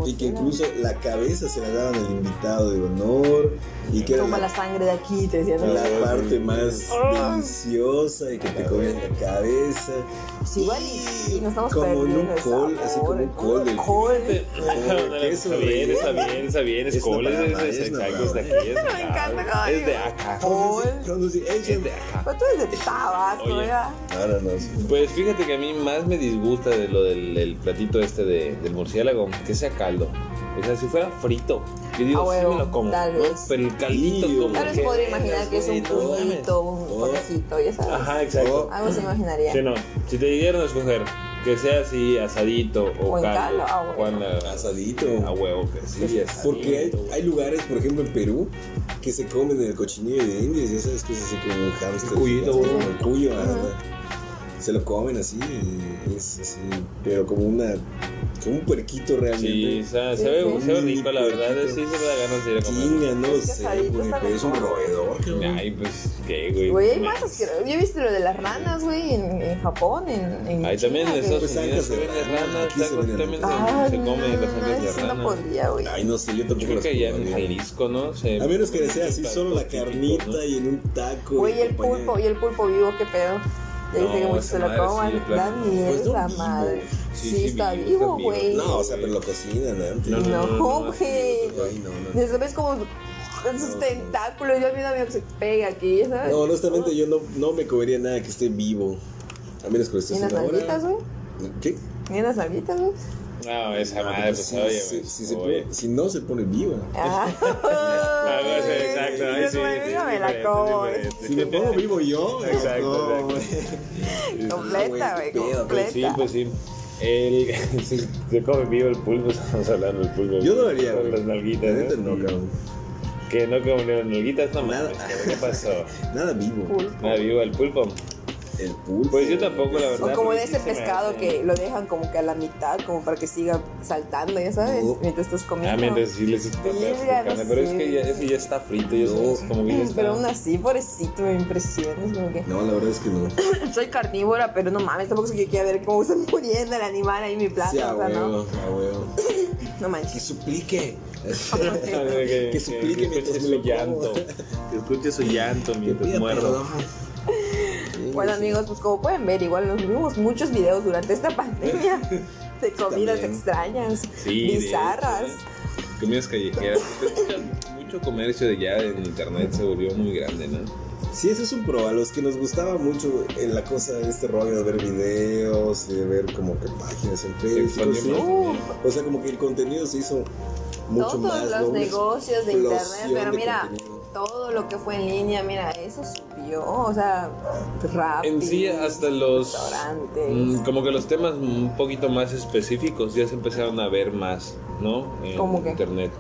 S2: Y que incluso la cabeza se la daban al invitado de honor y que era
S3: Toma la sangre de aquí, te decían.
S1: Ah.
S2: la parte más deliciosa y que te comían la cabeza
S3: pues igual y, y nos estamos
S2: como en
S3: perdiendo.
S2: un
S3: el
S2: col, así como un col del-
S3: col.
S2: Porque es
S1: Está bien, está
S2: horrible.
S1: bien, está bien. Es
S2: Es
S1: cool, es,
S2: Navarra,
S1: es,
S2: es
S1: es, de acá,
S2: Navarra.
S1: es de aquí. Es de
S3: Me
S1: acá,
S3: encanta,
S1: Es de
S3: Gaby.
S1: acá.
S3: Col.
S2: Produce-
S1: Es
S2: produce-
S1: de acá.
S3: Pero tú eres de Tabasco,
S1: Oye.
S3: ¿verdad?
S2: Ahora ah, no sé.
S1: Pues fíjate que a mí más me disgusta de lo del, del platito este de- del murciélago, que sea caldo. O sea, si fuera frito, yo
S3: Ah,
S1: digo, sí
S3: huevo,
S1: me lo como.
S3: tal
S1: ¿no?
S3: vez.
S1: Pero el caldito
S2: Sí,
S1: como
S3: Claro, se
S1: que-
S3: podría imaginar que es
S1: no
S3: un
S1: mames.
S3: puñito, un conejito, ya sabes.
S1: Ajá, exacto.
S3: Algo se imaginaría.
S1: Sí, no. Si te dieran a escoger que sea así asadito o,
S3: O en caldo, ah, huevo.
S1: Juan, la-
S2: Asadito.
S1: a huevo que Ah, sí. asadito.
S2: Porque hay, hay lugares, por ejemplo, en Perú, que se comen el cochinillo de indias, ya sabes que es así como un hamster.
S1: El cuyito,
S2: gigante,
S1: güey.
S2: como el cuyo,
S3: Ajá.
S2: ajá. Se lo comen así, y es así, pero como una, como un puerquito
S1: Sí, o
S2: realmente.
S1: sea,
S3: Sí,
S1: se, ve,
S3: sí.
S1: se ve rico, la verdad. Sí, se me da ganas de ir a comer.
S2: Chinga, no
S3: Es que
S2: sé,
S3: asadito
S2: güey,
S3: está
S2: pero es un
S3: mejor.
S2: roedor. cabrón.
S1: Ay, pues, ¿qué, güey?
S3: Güey, hay
S1: No
S3: más
S1: mames.
S3: asqueroso. Yo he visto lo de las ranas, güey, en, en Japón, en, en
S1: Ahí también en
S3: China,
S1: Estados
S3: güey.
S2: Pues
S1: Unidos
S2: sacas
S1: se
S2: de
S1: venden
S2: rana,
S1: ranas,
S2: aquí se
S1: tacos,
S2: venden
S1: también se,
S3: Ay,
S1: se come las
S3: no, no, pues.
S1: ancas
S3: eso
S1: de
S3: Ah, sí
S1: rana.
S3: no podría, güey.
S2: Ay, no sé, yo
S1: Yo
S2: tampoco
S1: creo
S2: las
S1: que allá en
S2: probaría.
S1: Jalisco, ¿no? Se-
S2: A menos que sea así, solo la
S1: Típico,
S2: carnita
S1: ¿no?
S2: y en un taco.
S3: Güey,
S2: y
S3: el
S2: acompañado.
S3: pulpo, y el pulpo vivo, qué pedo. Ya
S1: No,
S3: dice que muchos
S1: esa
S3: se lo
S1: madre sí,
S3: coman.
S1: de plano.
S3: da miedo
S2: Pues no
S3: esa
S2: vivo.
S3: madre. Sí,
S1: Sí, sí,
S3: está
S1: vivo,
S3: vivo,
S1: está vivo.
S3: güey.
S2: No, o sea, pero lo cocinan antes.
S1: No,
S3: No,
S1: no, no,
S3: güey.
S2: Ay, no, no.
S3: Después ves como con sus
S2: No.
S3: tentáculos. Yo vi un amigo que se pega aquí, ya ¿sabes?
S2: No, honestamente yo no, no me comería nada que esté vivo. A menos que lo
S3: Ni
S2: estés
S3: en las
S2: una
S3: nalguitas,
S2: hora.
S3: güey.
S2: ¿Qué?
S3: Ni en las nalguitas, güey.
S1: No, esa
S2: Ah,
S1: madre,
S2: pero
S1: pues,
S2: si-
S1: oye,
S2: si-
S1: pues,
S2: si se
S1: oye.
S2: pone- Si no se pone viva.
S3: Ah,
S1: Ah, sí, exacto, ahí
S3: Yo
S1: sí, sí,
S3: como, "Yo me
S1: diferente,
S3: la como.
S1: diferente.
S2: Si me pongo vivo yo.
S1: Exacto,
S2: no, güey.
S3: Completa, güey,
S2: qué pedo,
S3: completa.
S1: Sí, pues sí. El, si se come vivo el pulpo, estamos hablando del pulpo.
S2: Yo no lo haría,
S1: Con
S2: güey.
S1: Las
S2: La
S1: nalguitas, ¿eh?
S2: neta no, cabrón.
S1: Que no como las nalguitas, no mames.
S2: Nada.
S1: ¿Qué pasó?
S2: Nada vivo.
S3: Pulpo.
S1: Nada vivo el pulpo.
S2: El pulpo.
S1: Pues yo tampoco, la
S3: O
S1: verdad.
S3: como
S1: pero
S3: de
S1: sí
S3: ese
S1: se me
S3: pescado
S1: hace.
S3: que lo dejan como que a la mitad, como para que siga saltando, ya sabes,
S2: No.
S3: mientras estás comiendo.
S1: Ah, mientras sí les está
S3: Verga,
S1: perjudicando,
S3: no
S1: Pero es
S3: sé.
S1: que ya, ese ya está frito, yo sé, es como que ya
S3: Mm,
S1: está.
S3: Pero aún así, pobrecito, me impresiones. Como que
S2: No, la verdad es que no.
S3: soy carnívora, pero no mames, tampoco es que yo quiera ver cómo está muriendo el animal ahí en mi plato.
S2: Sí, a
S3: o sea, no,
S2: huevo, a huevo. Que
S3: no manches.
S2: suplique.
S1: que,
S2: Que suplique mientras
S1: escuche
S2: me lo
S1: su llanto.
S2: como.
S1: Que escuche su llanto
S2: Que
S1: mientras
S2: pida
S1: muerdo.
S2: perdón.
S3: Bueno, amigos, pues como pueden ver, igual nos vimos muchos videos durante esta pandemia de comidas
S2: También.
S3: extrañas,
S1: Sí, de
S3: bizarras.
S1: hecho, Comidas callejeras. Mucho comercio de ya en internet se volvió muy grande, ¿no?
S2: Sí, eso es un pro. A los que nos gustaba mucho en la cosa de este rollo de ver videos, de ver como que páginas en Facebook.
S1: expandió
S2: sí.
S1: más.
S3: Uf,
S2: O sea, como que el contenido se hizo mucho
S3: Uh, todos
S2: más. ¿no?
S3: los
S2: Una
S3: negocios de internet,
S2: explosión
S3: pero
S2: de
S3: mira,
S2: contenido.
S3: todo lo que fue en línea, mira, eso subió, o sea, rápido.
S1: En sí, hasta los.
S3: restaurantes.
S1: mm, como que los temas un poquito más específicos ya se empezaron a ver más, ¿no? En
S3: ¿Cómo qué?
S1: internet.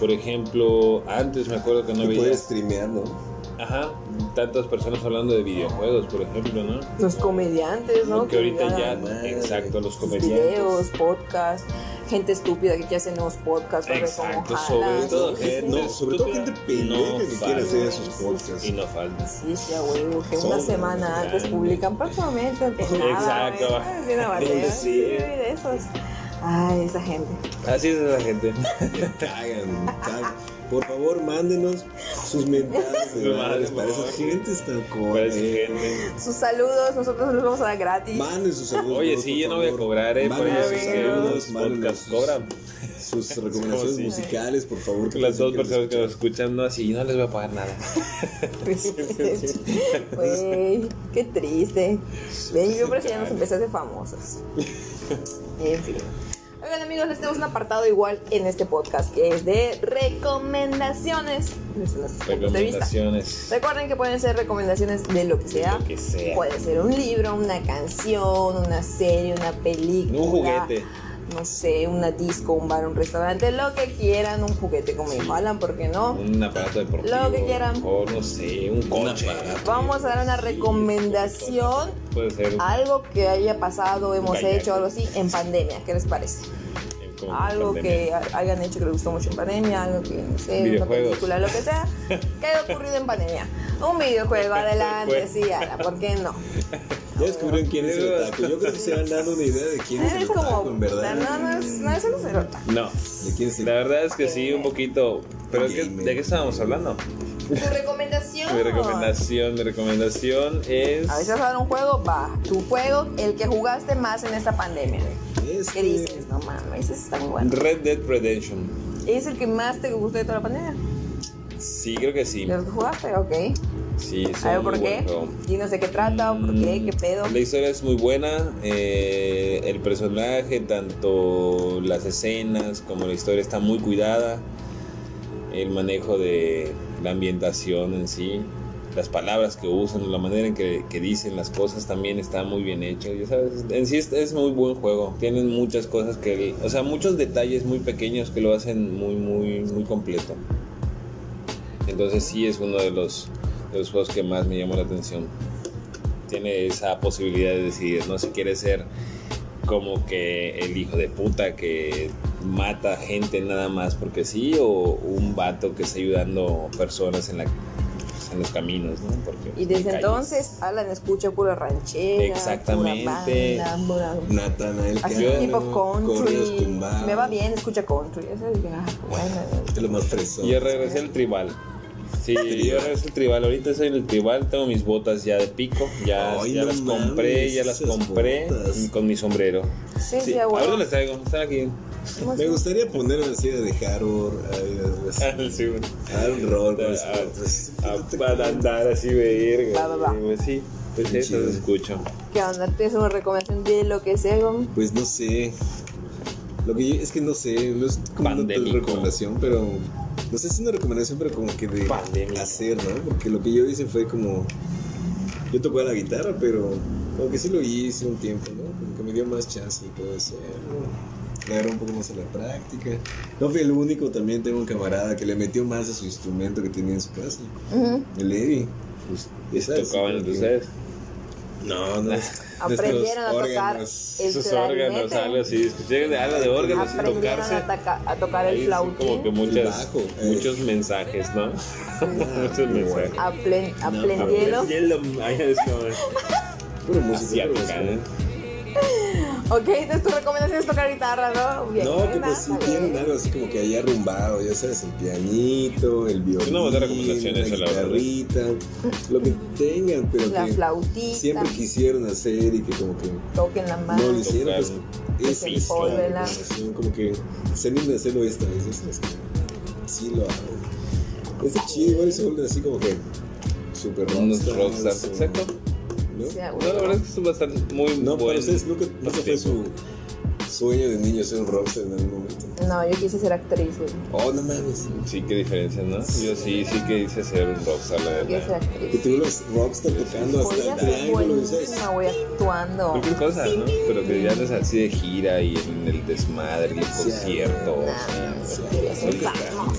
S1: Por ejemplo, antes me acuerdo que no
S2: Y
S1: había.
S2: poder streamear, ¿no?
S3: Ah,
S1: Ajá, tantas personas hablando de videojuegos, por ejemplo, ¿no?
S3: Los comediantes, ¿no?
S1: Como que ahorita ya.
S3: hagan
S2: madre.
S1: Exacto, los
S3: sus
S1: comediantes.
S3: videos, podcasts, gente estúpida que quiere hacer nuevos podcasts. para ver cómo
S1: Exacto,
S3: jalan,
S1: sobre todo
S3: ¿no?
S2: sí,
S1: gente.
S2: no, sobre todo gente pendeja
S1: no
S2: que quiere
S1: falta.
S2: hacer sus podcasts.
S1: Y no falta.
S3: Sí, sí, a huevo, que una
S2: Son
S3: semana antes
S1: grandes.
S3: publican próximamente. antes
S1: Exacto.
S3: nada, ¿ves? ¿sabes? Bien abateo,
S2: Sí.
S3: Sí, de esos. Ay, esa gente.
S1: Así es esa gente.
S2: Cagan, cagan. Por favor, mándenos sus mentadas de
S1: Madre,
S2: madres
S1: por
S2: para esa
S1: favor.
S2: gente tan
S1: Para
S2: cool. eh.
S1: esa gente.
S3: Sus saludos, nosotros los vamos a dar gratis.
S2: Manden sus saludos.
S1: Oye,
S2: bro,
S1: sí,
S2: por
S1: yo no voy a
S2: favor.
S1: cobrar, eh. Por
S2: Mándenos
S1: eso
S2: sus
S3: ellos,
S1: sí,
S3: saludos,
S2: saludos,
S1: los
S2: mándenos
S1: podcasts
S2: sus,
S1: cobran.
S2: sus recomendaciones
S1: sí.
S2: musicales, por favor. que
S1: Las dos
S2: piensen que
S1: personas que
S2: nos
S1: nos escuchan, no, así yo no les voy a pagar nada.
S3: Güey, qué triste. Ven, yo creo que ya nos empecé a hacer famosos. En fin. Oigan amigos, les tenemos un apartado igual en este podcast que es de recomendaciones. Desde nuestros puntos de vista.
S1: Recomendaciones.
S3: Recuerden que pueden ser recomendaciones de lo que sea.
S1: Lo que sea.
S3: Puede ser un libro, una canción, una serie, una película.
S1: Un juguete.
S3: No sé, una disco, un bar, un restaurante, lo que quieran, un juguete como dijo Alan, ¿por qué no?
S1: Un aparato deportivo.
S3: Lo que quieran.
S1: O no sé, un coche.
S2: aparato.
S3: Vamos a dar una recomendación,
S1: Puede ser.
S3: algo que haya pasado, hemos
S1: Vaya.
S3: hecho, algo así, en pandemia, ¿qué les parece?
S1: eh, como
S3: Algo
S1: pandemia.
S3: que ha- hayan hecho que les gustó mucho en pandemia, algo que, no sé, una
S1: Videojuegos.
S3: película, lo que sea, que haya ocurrido en pandemia. Un videojuego, adelante,
S1: Pues.
S3: sí, Ala, ¿por qué no?
S2: Ya descubrieron quién es el otaku. Yo creo que se han dado una idea de quién es el
S3: Es
S2: otaku,
S3: como,
S2: en
S3: no,
S2: verdad.
S3: no, es, no, eso no se nota.
S1: No.
S2: ¿De quién es el
S1: La verdad es que sí, un poquito. Pero es que, ¿de qué estábamos hablando?
S3: Tu recomendación.
S1: Mi recomendación, mi recomendación es.
S3: A veces dar un juego, va. Tu juego, el que jugaste más en esta pandemia.
S2: Este,
S3: ¿Qué dices? No mames, ese está muy bueno.
S1: Red Dead Redemption.
S3: ¿Es el que más te gustó de toda la pandemia?
S1: Sí, creo que sí.
S3: ¿De los que jugaste? Ok.
S1: Sí, es
S3: A ver
S1: un
S3: por
S1: muy buen
S3: qué.
S1: juego.
S3: Y no sé qué trata, o por qué,
S1: Mm,
S3: qué pedo.
S1: La historia es muy buena. eh, el personaje, tanto las escenas como la historia está muy cuidada. El manejo de la ambientación en sí, las palabras que usan, la manera en que, que dicen las cosas también está muy bien hecho. Ya sabes, en sí es, es muy buen juego. Tienen muchas cosas que, o sea, muchos detalles muy pequeños que lo hacen muy, muy, muy completo. Entonces sí es uno de los, de los juegos que más me llamó la atención. Tiene esa posibilidad de decidir, ¿no? Si quieres ser como que el hijo de puta que mata gente nada más porque sí, o un vato que está ayudando personas en, la, en los caminos, ¿no? Porque
S3: Y
S1: en
S3: desde
S1: calles.
S3: entonces, Alan escucha pura ranchera.
S1: Exactamente.
S3: Pura banda, pura-
S2: Natanael
S3: Así
S1: Yo-
S2: Cano,
S3: tipo
S2: corridos
S3: country.
S2: tumbados.
S3: Me va bien, escucha country. Eso es ah, bueno.
S2: Es lo más fresco.
S1: Yo regresé al tribal. Sí, yo regresé al tribal. Ahorita soy en el tribal, tengo mis botas ya de pico, ya,
S2: Ay,
S1: ya
S2: no
S1: las
S2: mames,
S1: compré, ya las
S2: esas
S1: compré
S2: botas.
S1: con mi sombrero.
S3: Sí,
S2: Sí,
S3: sí, a
S1: Ahora
S3: huevo.
S1: les traigo, están aquí.
S3: ¿Cómo
S2: Me
S3: se-
S2: gustaría poner una silla de Harold, ay, algo así.
S1: Ah, Sí, güey.
S2: Harold Roll,
S1: Ah,
S2: pues,
S1: ah,
S2: pues,
S1: Ah, para andar así, verga.
S3: Va, va, va.
S1: güey, Sí, pues
S2: Qué
S1: eso
S2: chido.
S1: lo escucho.
S3: ¿Qué onda? ¿Tienes una recomendación de lo que sea? Gom?
S2: Pues no sé. Lo que yo- es que no sé, no es como una
S1: Pandémico.
S2: recomendación, pero. No sé si es una recomendación, pero como que de
S1: Pandémico.
S2: hacer, ¿no? Porque lo que yo hice fue como. Yo tocaba la guitarra, pero. Como que sí lo hice un tiempo, ¿no? Como que me dio más chance y todo eso. ¿no? Le agarré un poco más a la práctica. No fui el único, también tengo un camarada que le metió más a su instrumento que tenía en su casa,
S3: Ujú.
S2: el Eddie. Pues, ¿sabes?
S1: Tocaban entre ustedes.
S2: No, no.
S3: Aprendieron a
S2: nuestros
S3: tocar
S2: órganos.
S3: el
S1: Sus
S3: clarinete.
S1: órganos, algo así. Escuché de algo de órganos y
S3: Aprendieron
S1: tocarse.
S3: a, taca- a tocar
S1: Ahí
S3: el
S1: sí,
S3: flautín.
S1: Como que muchas,
S2: bajo, eh.
S1: muchos mensajes, ¿no? muchos mensajes.
S3: Aplen- Aprendieron.
S1: Hielo, ahí es como
S2: Puro músico, pues, puro
S1: asiática,
S2: músico.
S1: ¿eh?
S3: Ok, entonces tu recomendación es tocar guitarra, ¿no? Bien, eh,
S2: No, que pues si
S3: nada,
S2: tienen
S3: bien.
S2: algo así como que haya rumbado, ya sabes, el pianito, el violín,
S1: una buena recomendación
S2: la
S1: esa, la verdad.
S2: guitarrita, lo que tengan, pero
S3: La
S2: que
S3: flautita.
S2: siempre quisieron hacer y que como que
S3: Toquen la mano.
S2: no lo hicieron, pues es
S1: Que
S2: es la
S3: empolvela.
S2: recomendación, como que se animen a hacerlo esta vez, ya sabes, que sí lo hago. Es chido, igual se vuelven así como que super
S1: Unos
S2: rockstars,
S1: rockstars,
S2: o-
S1: exacto.
S2: ¿no?
S3: Sí, a
S1: No, la
S3: huevo.
S1: verdad es que es bastante muy
S2: No, pero
S1: buen-
S2: ustedes nunca, nunca fue su sueño de niño ser un rockstar en algún momento.
S3: No, yo quise ser actriz, güey.
S2: Oh, no mames.
S1: Sí, qué diferencia, ¿no? Yo sí, sí que hice ser un rockstar, la
S3: Yo quise ser
S1: verdad.
S2: Que
S3: actriz.
S2: tuve los rockstar tocando hasta
S3: Podría
S2: el
S3: ser
S2: triángulo, ¿sabes?
S3: buenísima, güey, actuando.
S1: Cualquier cosa, ¿no? Pero que ya no es así de gira y en el desmadre, y el
S2: Sí,
S1: concierto. o sea,
S3: Nah, sí, quería ser
S1: ahorita
S3: famosa.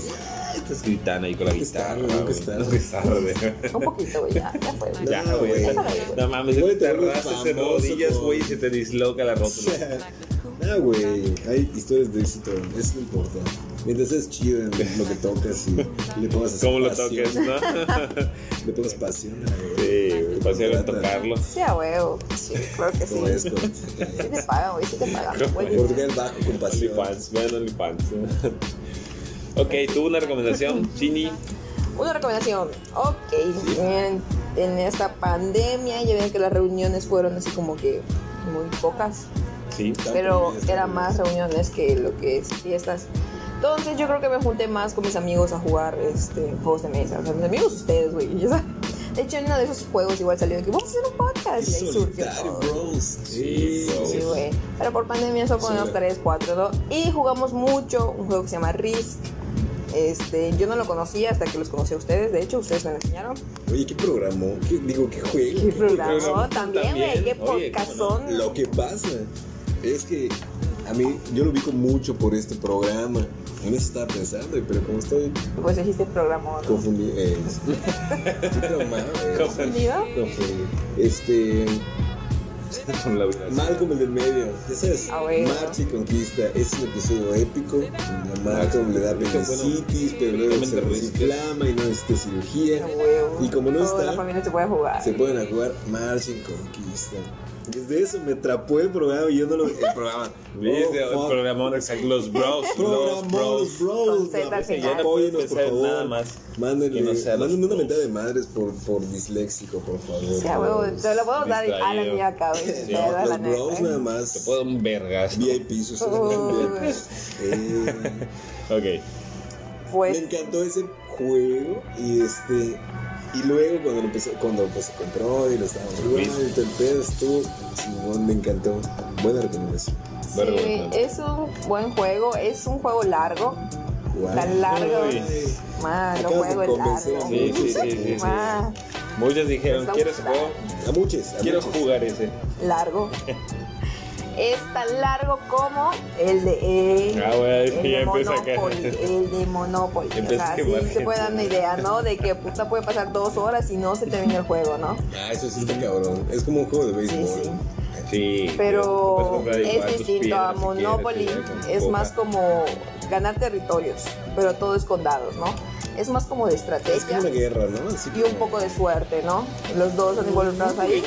S1: Estás gritando ahí con la
S2: Nunca es
S1: guitarra.
S2: tarde, nunca
S1: güey.
S2: es tarde.
S1: Nunca es tarde.
S3: Un poquito, güey, ya, ya fue. güey.
S1: Ya,
S2: No,
S1: güey.
S2: güey.
S1: No mames,
S2: Güey,
S1: te
S2: te vuelves
S1: arrastras en
S2: famoso,
S1: rodillas,
S2: güey.
S1: güey, y se te disloca la rótula.
S2: Ah, güey, hay historias de éxito, eso no importa. Mientras es chido en lo que tocas y le pongas así
S1: ¿Cómo lo
S2: pasión,
S1: toques, no?
S2: Le pongas pasión a la
S1: Sí, güey, pasión en tocarlo.
S3: Sí, a huevo. Sí, claro que sí.
S2: Como es con.
S3: Sí te pagan, güey, sí te pagan.
S1: Como
S3: Buen
S1: es.
S2: Por
S3: dinero.
S2: tocar el bajo con pasión.
S1: OnlyFans, vean OnlyFans. Ok, ¿tuvo una recomendación, Chini?
S3: Una recomendación. Ok, en, en esta pandemia ya ven que las reuniones fueron así como que muy pocas,
S1: Sí.
S3: pero era más reuniones que lo que es fiestas. Entonces yo creo que me junté más con mis amigos a jugar este, juegos de mesa. O sea, mis amigos ustedes, güey. ya saben. De hecho, en uno de esos juegos igual salió de que vamos a hacer un podcast. Y ahí surgió
S2: Solitario,
S3: todo.
S2: bros. Sí,
S1: bro.
S3: Sí, güey. Pero por pandemia solo ponemos
S2: Sí.
S3: 3, 4, 2. Y jugamos mucho un juego que se llama Risk. Este, yo no lo conocía hasta que los conocí a ustedes. De hecho, ustedes me lo enseñaron.
S2: Oye, ¿qué programó? ¿Qué- digo, ¿qué juego?
S3: Qué
S1: programa
S3: programó también,
S1: también.
S3: güey. Qué
S1: Oye, cómo
S3: podcastón.
S2: Lo que pasa es que a mí yo lo ubico mucho por este programa. A mí estaba pensando, pero como estoy
S3: Pues dijiste programó, ¿no?
S2: confundido, eh, estoy traumado, eh,
S1: Confundido.
S3: ¿Entendido?
S2: confundido. Este,
S1: Con la violación.
S2: Malcolm el del medio, ya sabes,
S3: Ah, bueno.
S2: Marty conquista, es un episodio épico, donde a Malcolm le da
S1: Ah, Bueno,
S2: apendicitis, pero luego se
S1: prácticamente
S2: desinflama y no necesita cirugía,
S3: A huevo.
S2: y como no
S3: Ah, Toda la
S2: está,
S3: familia se puede jugar.
S2: se pueden a jugar Martin conquista. Desde eso me atrapó el programa y yo no lo... El programa.
S1: ¿Viste?
S2: Oh,
S1: el
S2: fuck.
S1: programa exacto, los bros, los
S2: Programa
S1: bros. pues,
S2: Bros,
S3: Con
S2: Bros.
S3: Z al
S2: vamos,
S3: final.
S2: Apóyenos, por
S1: Pensar en
S2: favor.
S1: nada más que
S2: Mándenle,
S1: no sea los
S2: mándenme una
S1: Bros.
S2: mentada de madres por, por disléxico, por favor.
S3: Sí, a huevo, te lo podemos dar a la
S1: Distraído.
S3: niña acá, güey.
S1: Sí,
S3: Te lo da la
S2: Los bros
S3: neta,
S2: nada
S3: ¿eh?
S2: más.
S1: Te puedo un vergas.
S2: VIP, sus
S3: Oh.
S2: eh,
S1: Ok.
S2: Me
S3: Pues,
S2: encantó ese juego y este y luego cuando lo empecé, cuando pues se compró y lo estábamos jugando y todo el pedo estuvo chingón, me encantó. Buena recomendación.
S3: sí,
S1: Vergüenza.
S3: es un buen juego. Es un juego largo.
S2: Guau.
S3: Tan largo.
S1: Uy.
S3: Mano,
S2: Acabas de
S3: juego
S2: convencer
S3: largo.
S2: a
S1: Sí, sí, sí, sí, sí.
S3: Ma,
S1: Muchos dijeron,
S3: Estamos
S1: ¿quieres jugar?
S2: A muchos, a
S1: Quiero
S2: muchos.
S1: jugar ese.
S3: largo. Es tan largo como el de el,
S1: Ah, güey,
S3: el
S1: ya
S3: de
S1: empecé a caer.
S3: Monopoly, el de Monopoly. O
S1: Empecé
S3: sea,
S1: a
S3: sí
S1: quemar
S3: se puede dar una
S1: gente.
S3: idea, ¿no? De que puta puede pasar dos horas y no se termina el juego, ¿no?
S2: Ah, eso sí está cabrón. Es como un juego de béisbol.
S3: sí.
S1: Sí. puedes
S3: Pero
S1: comprar y jugar
S3: es
S1: tus
S3: distinto
S1: piedras
S3: a
S1: si quieres, ¿eh?
S3: Monopoly,
S1: pelear con
S3: es
S1: coca.
S3: más como ganar territorios, pero todo es con dados, ¿no? Es más como de
S2: Es como
S3: estrategia
S2: una guerra, ¿no? Así
S3: y
S2: que-
S3: un poco de suerte, ¿no? Los dos son involucrados ahí.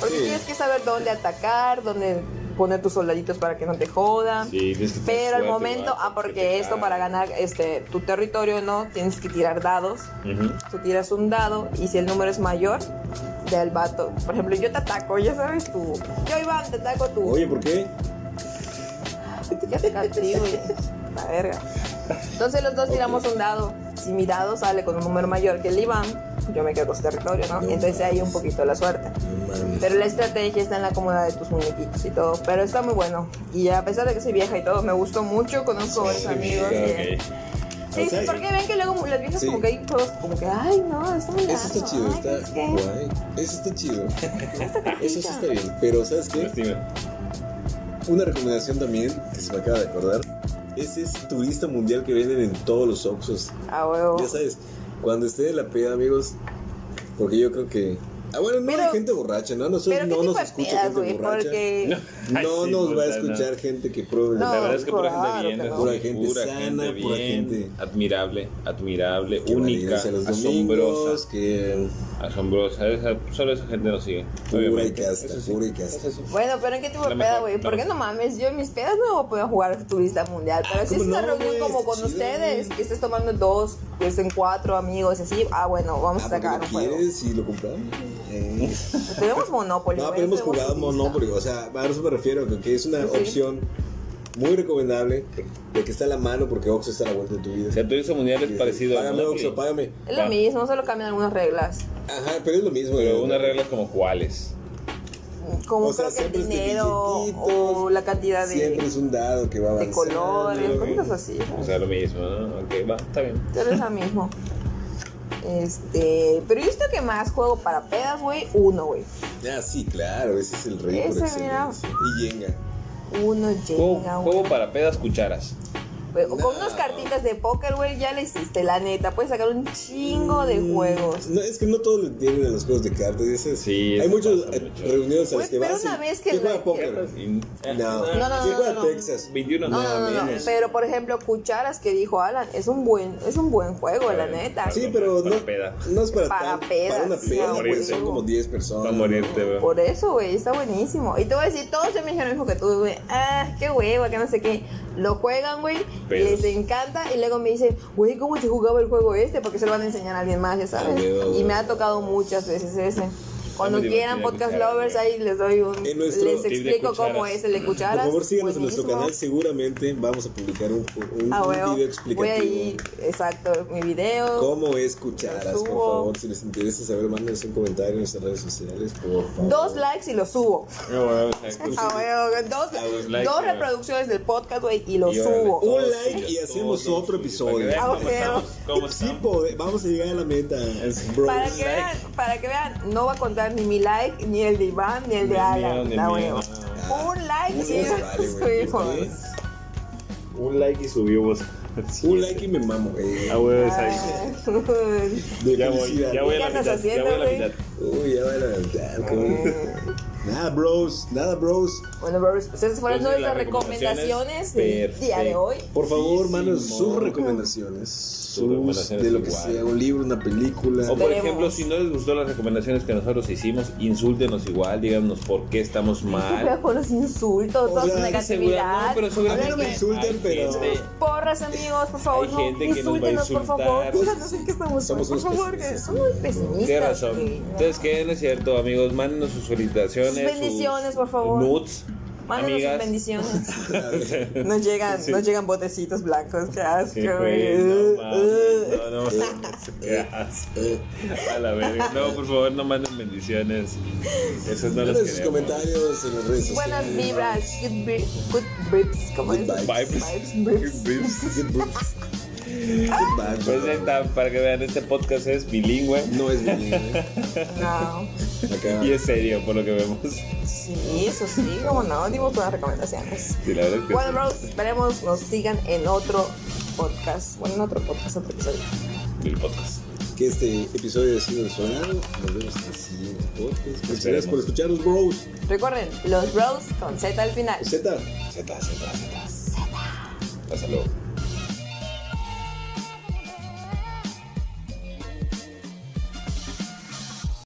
S3: Porque
S2: Sí.
S3: tienes que saber dónde atacar, dónde poner tus soldaditos para que no te jodan.
S1: Sí, tienes que tener
S3: Pero al
S1: suerte,
S3: momento,
S1: ¿verdad?
S3: ah,
S1: Que te
S3: porque esto
S1: cae.
S3: para ganar este tu territorio, ¿no? Tienes que tirar dados.
S1: Ujú.
S3: Tú tiras un dado y si el número es mayor, del vato. Por ejemplo, yo te ataco, ya sabes tú. Yo, Iván, te ataco tú.
S2: Oye, ¿por qué?
S3: Ya te castigo, güey. La verga. Entonces los dos tiramos un dado. Si mi dado sale con un número mayor que el Iván, yo me quedo con su territorio, ¿no?
S2: No
S3: Entonces ahí un poquito la suerte.
S2: No mames.
S3: Pero la estrategia está en la comodidad de tus muñequitos y todo. Pero está muy bueno. Y a pesar de que soy vieja y todo, me gustó mucho. Conozco varios amigos. que-
S1: Ok.
S3: Sí,
S2: O sea,
S3: sí, porque ven que luego las viejas
S2: sí.
S3: como que hay juegos como que, ay, no, está muy
S2: Eso está
S3: largo,
S2: chido,
S3: ay,
S2: está
S3: es que-
S2: guay. Eso está chido. Eso sí está bien. Pero, ¿sabes qué?
S1: Lástima.
S2: Una recomendación también que se me acaba de acordar es ese turista mundial que venden en todos los Oxxos.
S3: A huevo.
S2: Ya sabes, cuando esté de la peda, amigos, porque yo creo que. Ah, bueno, no
S3: Pero-
S2: hay gente borracha, ¿no? Nosotros
S3: Pero
S2: no
S3: qué tipo
S2: nos
S3: de
S2: escucha
S3: pedas,
S2: gente
S3: güey,
S2: borracha.
S3: porque...
S1: Ay,
S2: No
S1: sí,
S2: nos va a
S1: puta, no.
S2: escuchar gente que pruebe.
S3: No,
S1: La verdad es que pura gente
S3: claro
S1: bien,
S3: que no.
S2: Pura gente sana,
S1: gente
S2: pura
S1: bien,
S2: gente-
S1: admirable, admirable,
S2: Que
S1: única,
S2: validarse los domingos,
S1: asombrosa,
S2: que
S1: asombrosa. Esa- solo esa gente nos sigue.
S2: pura y
S1: obviamente.
S2: casta, pura y casta.
S3: Bueno, pero ¿en qué tipo
S1: La
S3: de peda,
S1: mejor,
S3: güey?
S1: la
S3: Porque no
S1: mejor.
S3: mames, yo en mis pedas no puedo jugar turista mundial. Pero si es
S2: Ah, ¿cómo
S3: una
S2: no,
S3: reunión
S2: güey?
S3: como
S2: Está
S3: con
S2: chido.
S3: ustedes, que estés tomando dos, que estén cuatro amigos y así, ah, bueno, vamos
S2: Ah,
S3: a
S2: porque
S3: sacar
S2: lo
S3: un juego.
S2: quieres y lo compramos. Eh.
S3: Tenemos Monopoly.
S2: No,
S3: güey,
S2: pero hemos
S3: tenemos
S2: jugado
S3: turista.
S2: Monopoly. O sea, a eso me refiero, que, que es una
S3: Sí, sí.
S2: opción muy recomendable, de que está a la mano porque Oxxo está a la vuelta de tu vida.
S1: O sea, turismo mundial es parecido a
S2: Págame,
S1: Monopoly,
S2: Oxxo, págame.
S3: Es lo
S1: Va.
S3: mismo, solo cambian algunas reglas.
S2: Ajá, pero es lo mismo.
S1: pero
S2: güey.
S1: unas reglas como cuáles.
S3: Como
S2: O sea,
S3: creo que el
S2: siempre es de
S3: dinero
S2: billetitos,
S3: o la cantidad
S2: Siempre
S3: de,
S2: es un dado que va
S3: de
S2: avanzando.
S3: colores,
S1: güey.
S3: cosas así. ¿no?
S1: O sea, lo mismo, ¿no? Ok, va, está bien.
S3: Pero es lo mismo. Este, pero yo creo que más juego para pedas, güey, uno, güey.
S2: Ah, sí, claro, ese es el rey
S3: Ese,
S2: por excelencia. Y Jenga.
S3: Uno
S1: Juego,
S3: llega, güey.
S1: juego para pedas, cucharas.
S3: Güey, Pues, o Con
S2: No.
S3: unas cartitas de póker, güey, ya le hiciste, la neta. Puedes sacar un chingo de
S2: Mm.
S3: juegos.
S2: No, es que no todos lo entienden a los juegos de cartas. ese es-
S1: Sí,
S2: Hay
S1: eso
S2: muchos
S1: pasa
S2: eh,
S1: mucho.
S2: reuniones a
S3: Güey,
S2: las que
S3: pero
S2: vas. y-
S3: una vez que
S2: ¿Quién
S3: la-
S2: juega póker?
S1: Y-
S2: No.
S3: no, no,
S2: ¿Quién juega
S3: no, no.
S2: Texas?
S1: 21.
S3: No, no, no, no,
S2: menos.
S3: Pero por ejemplo, cucharas que dijo Alan, es un buen, es un buen juego, la neta.
S2: Sí, pero
S1: Para
S2: no,
S1: peda.
S2: no es para,
S3: Para
S2: tan-
S3: pedas,
S2: para una
S3: sí,
S2: peda,
S1: a
S2: güey,
S1: huevo.
S2: son como 10 personas.
S1: Va a morirte, bro.
S3: Por eso, güey, está buenísimo. Y te voy a decir, todos se me dijeron lo mismo que tú, güey. Ah, qué hueva, que no sé qué. Lo juegan, güey,
S1: Pero-
S3: les encanta. Y luego me dicen, güey, ¿cómo se jugaba el juego este? Porque se lo van a enseñar a alguien más, ya sabes.
S2: Ah, huevo,
S3: Y me
S2: huevo.
S3: ha tocado muchas veces ese. Cuando
S1: muy
S3: quieran,
S1: divertida
S3: podcast
S1: cuchara,
S3: lovers,
S1: güey.
S3: ahí les doy un.
S2: En nuestro
S3: Les
S1: tip de
S3: explico cómo
S1: cucharas.
S3: es el de
S2: Por
S3: cucharas.
S2: favor, síganos en nuestro
S3: Buenísimo.
S2: canal. Seguramente vamos a publicar un, un-
S3: Ah,
S2: un
S3: huevo.
S2: video
S3: Voy a
S2: explicativo.
S3: ir, exacto, mi video.
S2: ¿Cómo es cucharas?
S3: Lo
S2: Por
S3: subo.
S2: favor, si les interesa saber, mándenos un comentario en nuestras redes sociales. Por favor.
S3: Dos likes y lo subo.
S1: No, bueno, o sea,
S3: Ah, huevo, dos,
S1: Ah, dos likes,
S3: dos
S1: güey.
S3: reproducciones del podcast, güey, y lo
S1: Y órale,
S3: subo.
S1: todos
S2: Un like
S1: suyos,
S2: y hacemos
S1: todos
S2: otro
S1: suyos, para que
S2: episodio.
S1: vean
S3: Ah,
S1: cómo
S3: bueno.
S1: estamos, cómo
S2: Sí,
S1: estamos.
S2: pobre, vamos a llegar a la meta.
S1: Es-
S2: Bro.
S3: Para que,
S1: Like.
S3: vean, para que vean, no va a contar ni mi like, ni el de Iván, ni el de Alan.
S1: Ni el mío, ni el
S3: la
S1: mío,
S3: huevo.
S1: no.
S3: Un like
S2: Un
S3: y
S2: like, vale, güey.
S3: subimos.
S1: Un like y subimos.
S2: Un like y me mamo. eh.
S1: A huevo, exacto.
S3: Ay.
S2: De
S1: Ya voy,
S2: felicidad.
S1: Ah, ya voy a
S3: ¿Qué
S1: la
S3: andas
S1: mitad. Ya voy a la
S3: haciendo,
S1: mitad.
S3: Ah.
S2: Uy, ya van a adelantar. ¿cómo? Nada, bros, nada, bros.
S3: Bueno, brothers, pues esas fueron
S1: Entonces,
S3: nuestras
S1: las recomendaciones,
S3: recomendaciones del día de
S1: perfecto.
S3: hoy.
S2: Por favor,
S1: Sí,
S2: manos,
S1: sí,
S2: sus
S1: mon.
S2: recomendaciones. Sus
S1: recomendaciones
S2: de lo que
S1: igual.
S2: sea, un libro, una película.
S1: O por
S3: Esperemos.
S1: ejemplo, si no les gustó las recomendaciones que nosotros hicimos, insúltenos igual, díganos por qué estamos
S3: Qué
S1: mal.
S3: feo con los insultos,
S2: O
S3: toda
S2: sea,
S3: su
S1: Segura- no,
S3: negatividad.
S1: pero seguramente
S2: A mí no me insulten,
S1: hay
S2: pero-
S1: gente-
S3: Porras, amigos, por favor,
S1: Hay
S3: no
S1: gente que nos va a
S3: insúltenos, por
S1: insultar.
S3: favor. Díganos en qué estamos mal,
S2: Somos
S3: por
S2: unos
S3: favor, que
S2: pesimistas.
S3: somos pesimistas.
S1: Qué razón.
S3: güey. No.
S1: Entonces, ¿qué? No es cierto, amigos. Mándenos sus felicitaciones.
S3: Sus bendiciones,
S1: sus
S3: por favor.
S1: Nudes.
S3: Mándenos sus
S1: amigas.
S3: bendiciones.
S2: A ver,
S3: Nos llegan, nos llegan botecitos blancos, qué asco,
S1: Sí, güey,
S3: güey.
S1: no,
S3: Uh,
S1: mames,
S3: uh.
S1: no, no, qué asco.
S2: eh,
S1: A la verga. No, por favor, no manden bendiciones. Esos no los
S2: Denos sus
S1: queremos.
S2: comentarios en las redes sociales.
S3: Buenas vibras, good, vi- good vibes, ¿cómo
S2: Good
S3: es?
S1: vibes.
S3: vibes, vibes.
S2: Good vibes. Good vibes.
S1: Pues ahí está, para que vean, este podcast es bilingüe
S2: No es bilingüe.
S3: No,
S2: Acá.
S1: y es serio, por lo que vemos.
S3: sí, eso sí, cómo no, dimos buenas recomendaciones.
S1: Sí, la verdad es que
S3: Bueno,
S1: sí.
S3: bros, esperemos nos sigan en otro podcast. Bueno, en otro podcast, otro episodio.
S1: Del podcast.
S2: Que este episodio ha sido de su agrado. Nos vemos en el siguiente podcast. Muchas
S1: Esperemos.
S2: gracias por escucharnos, bros.
S3: Recuerden,
S2: tá,
S3: los bros con Z al final.
S2: Z.
S1: Z, Z, Z. Hasta luego.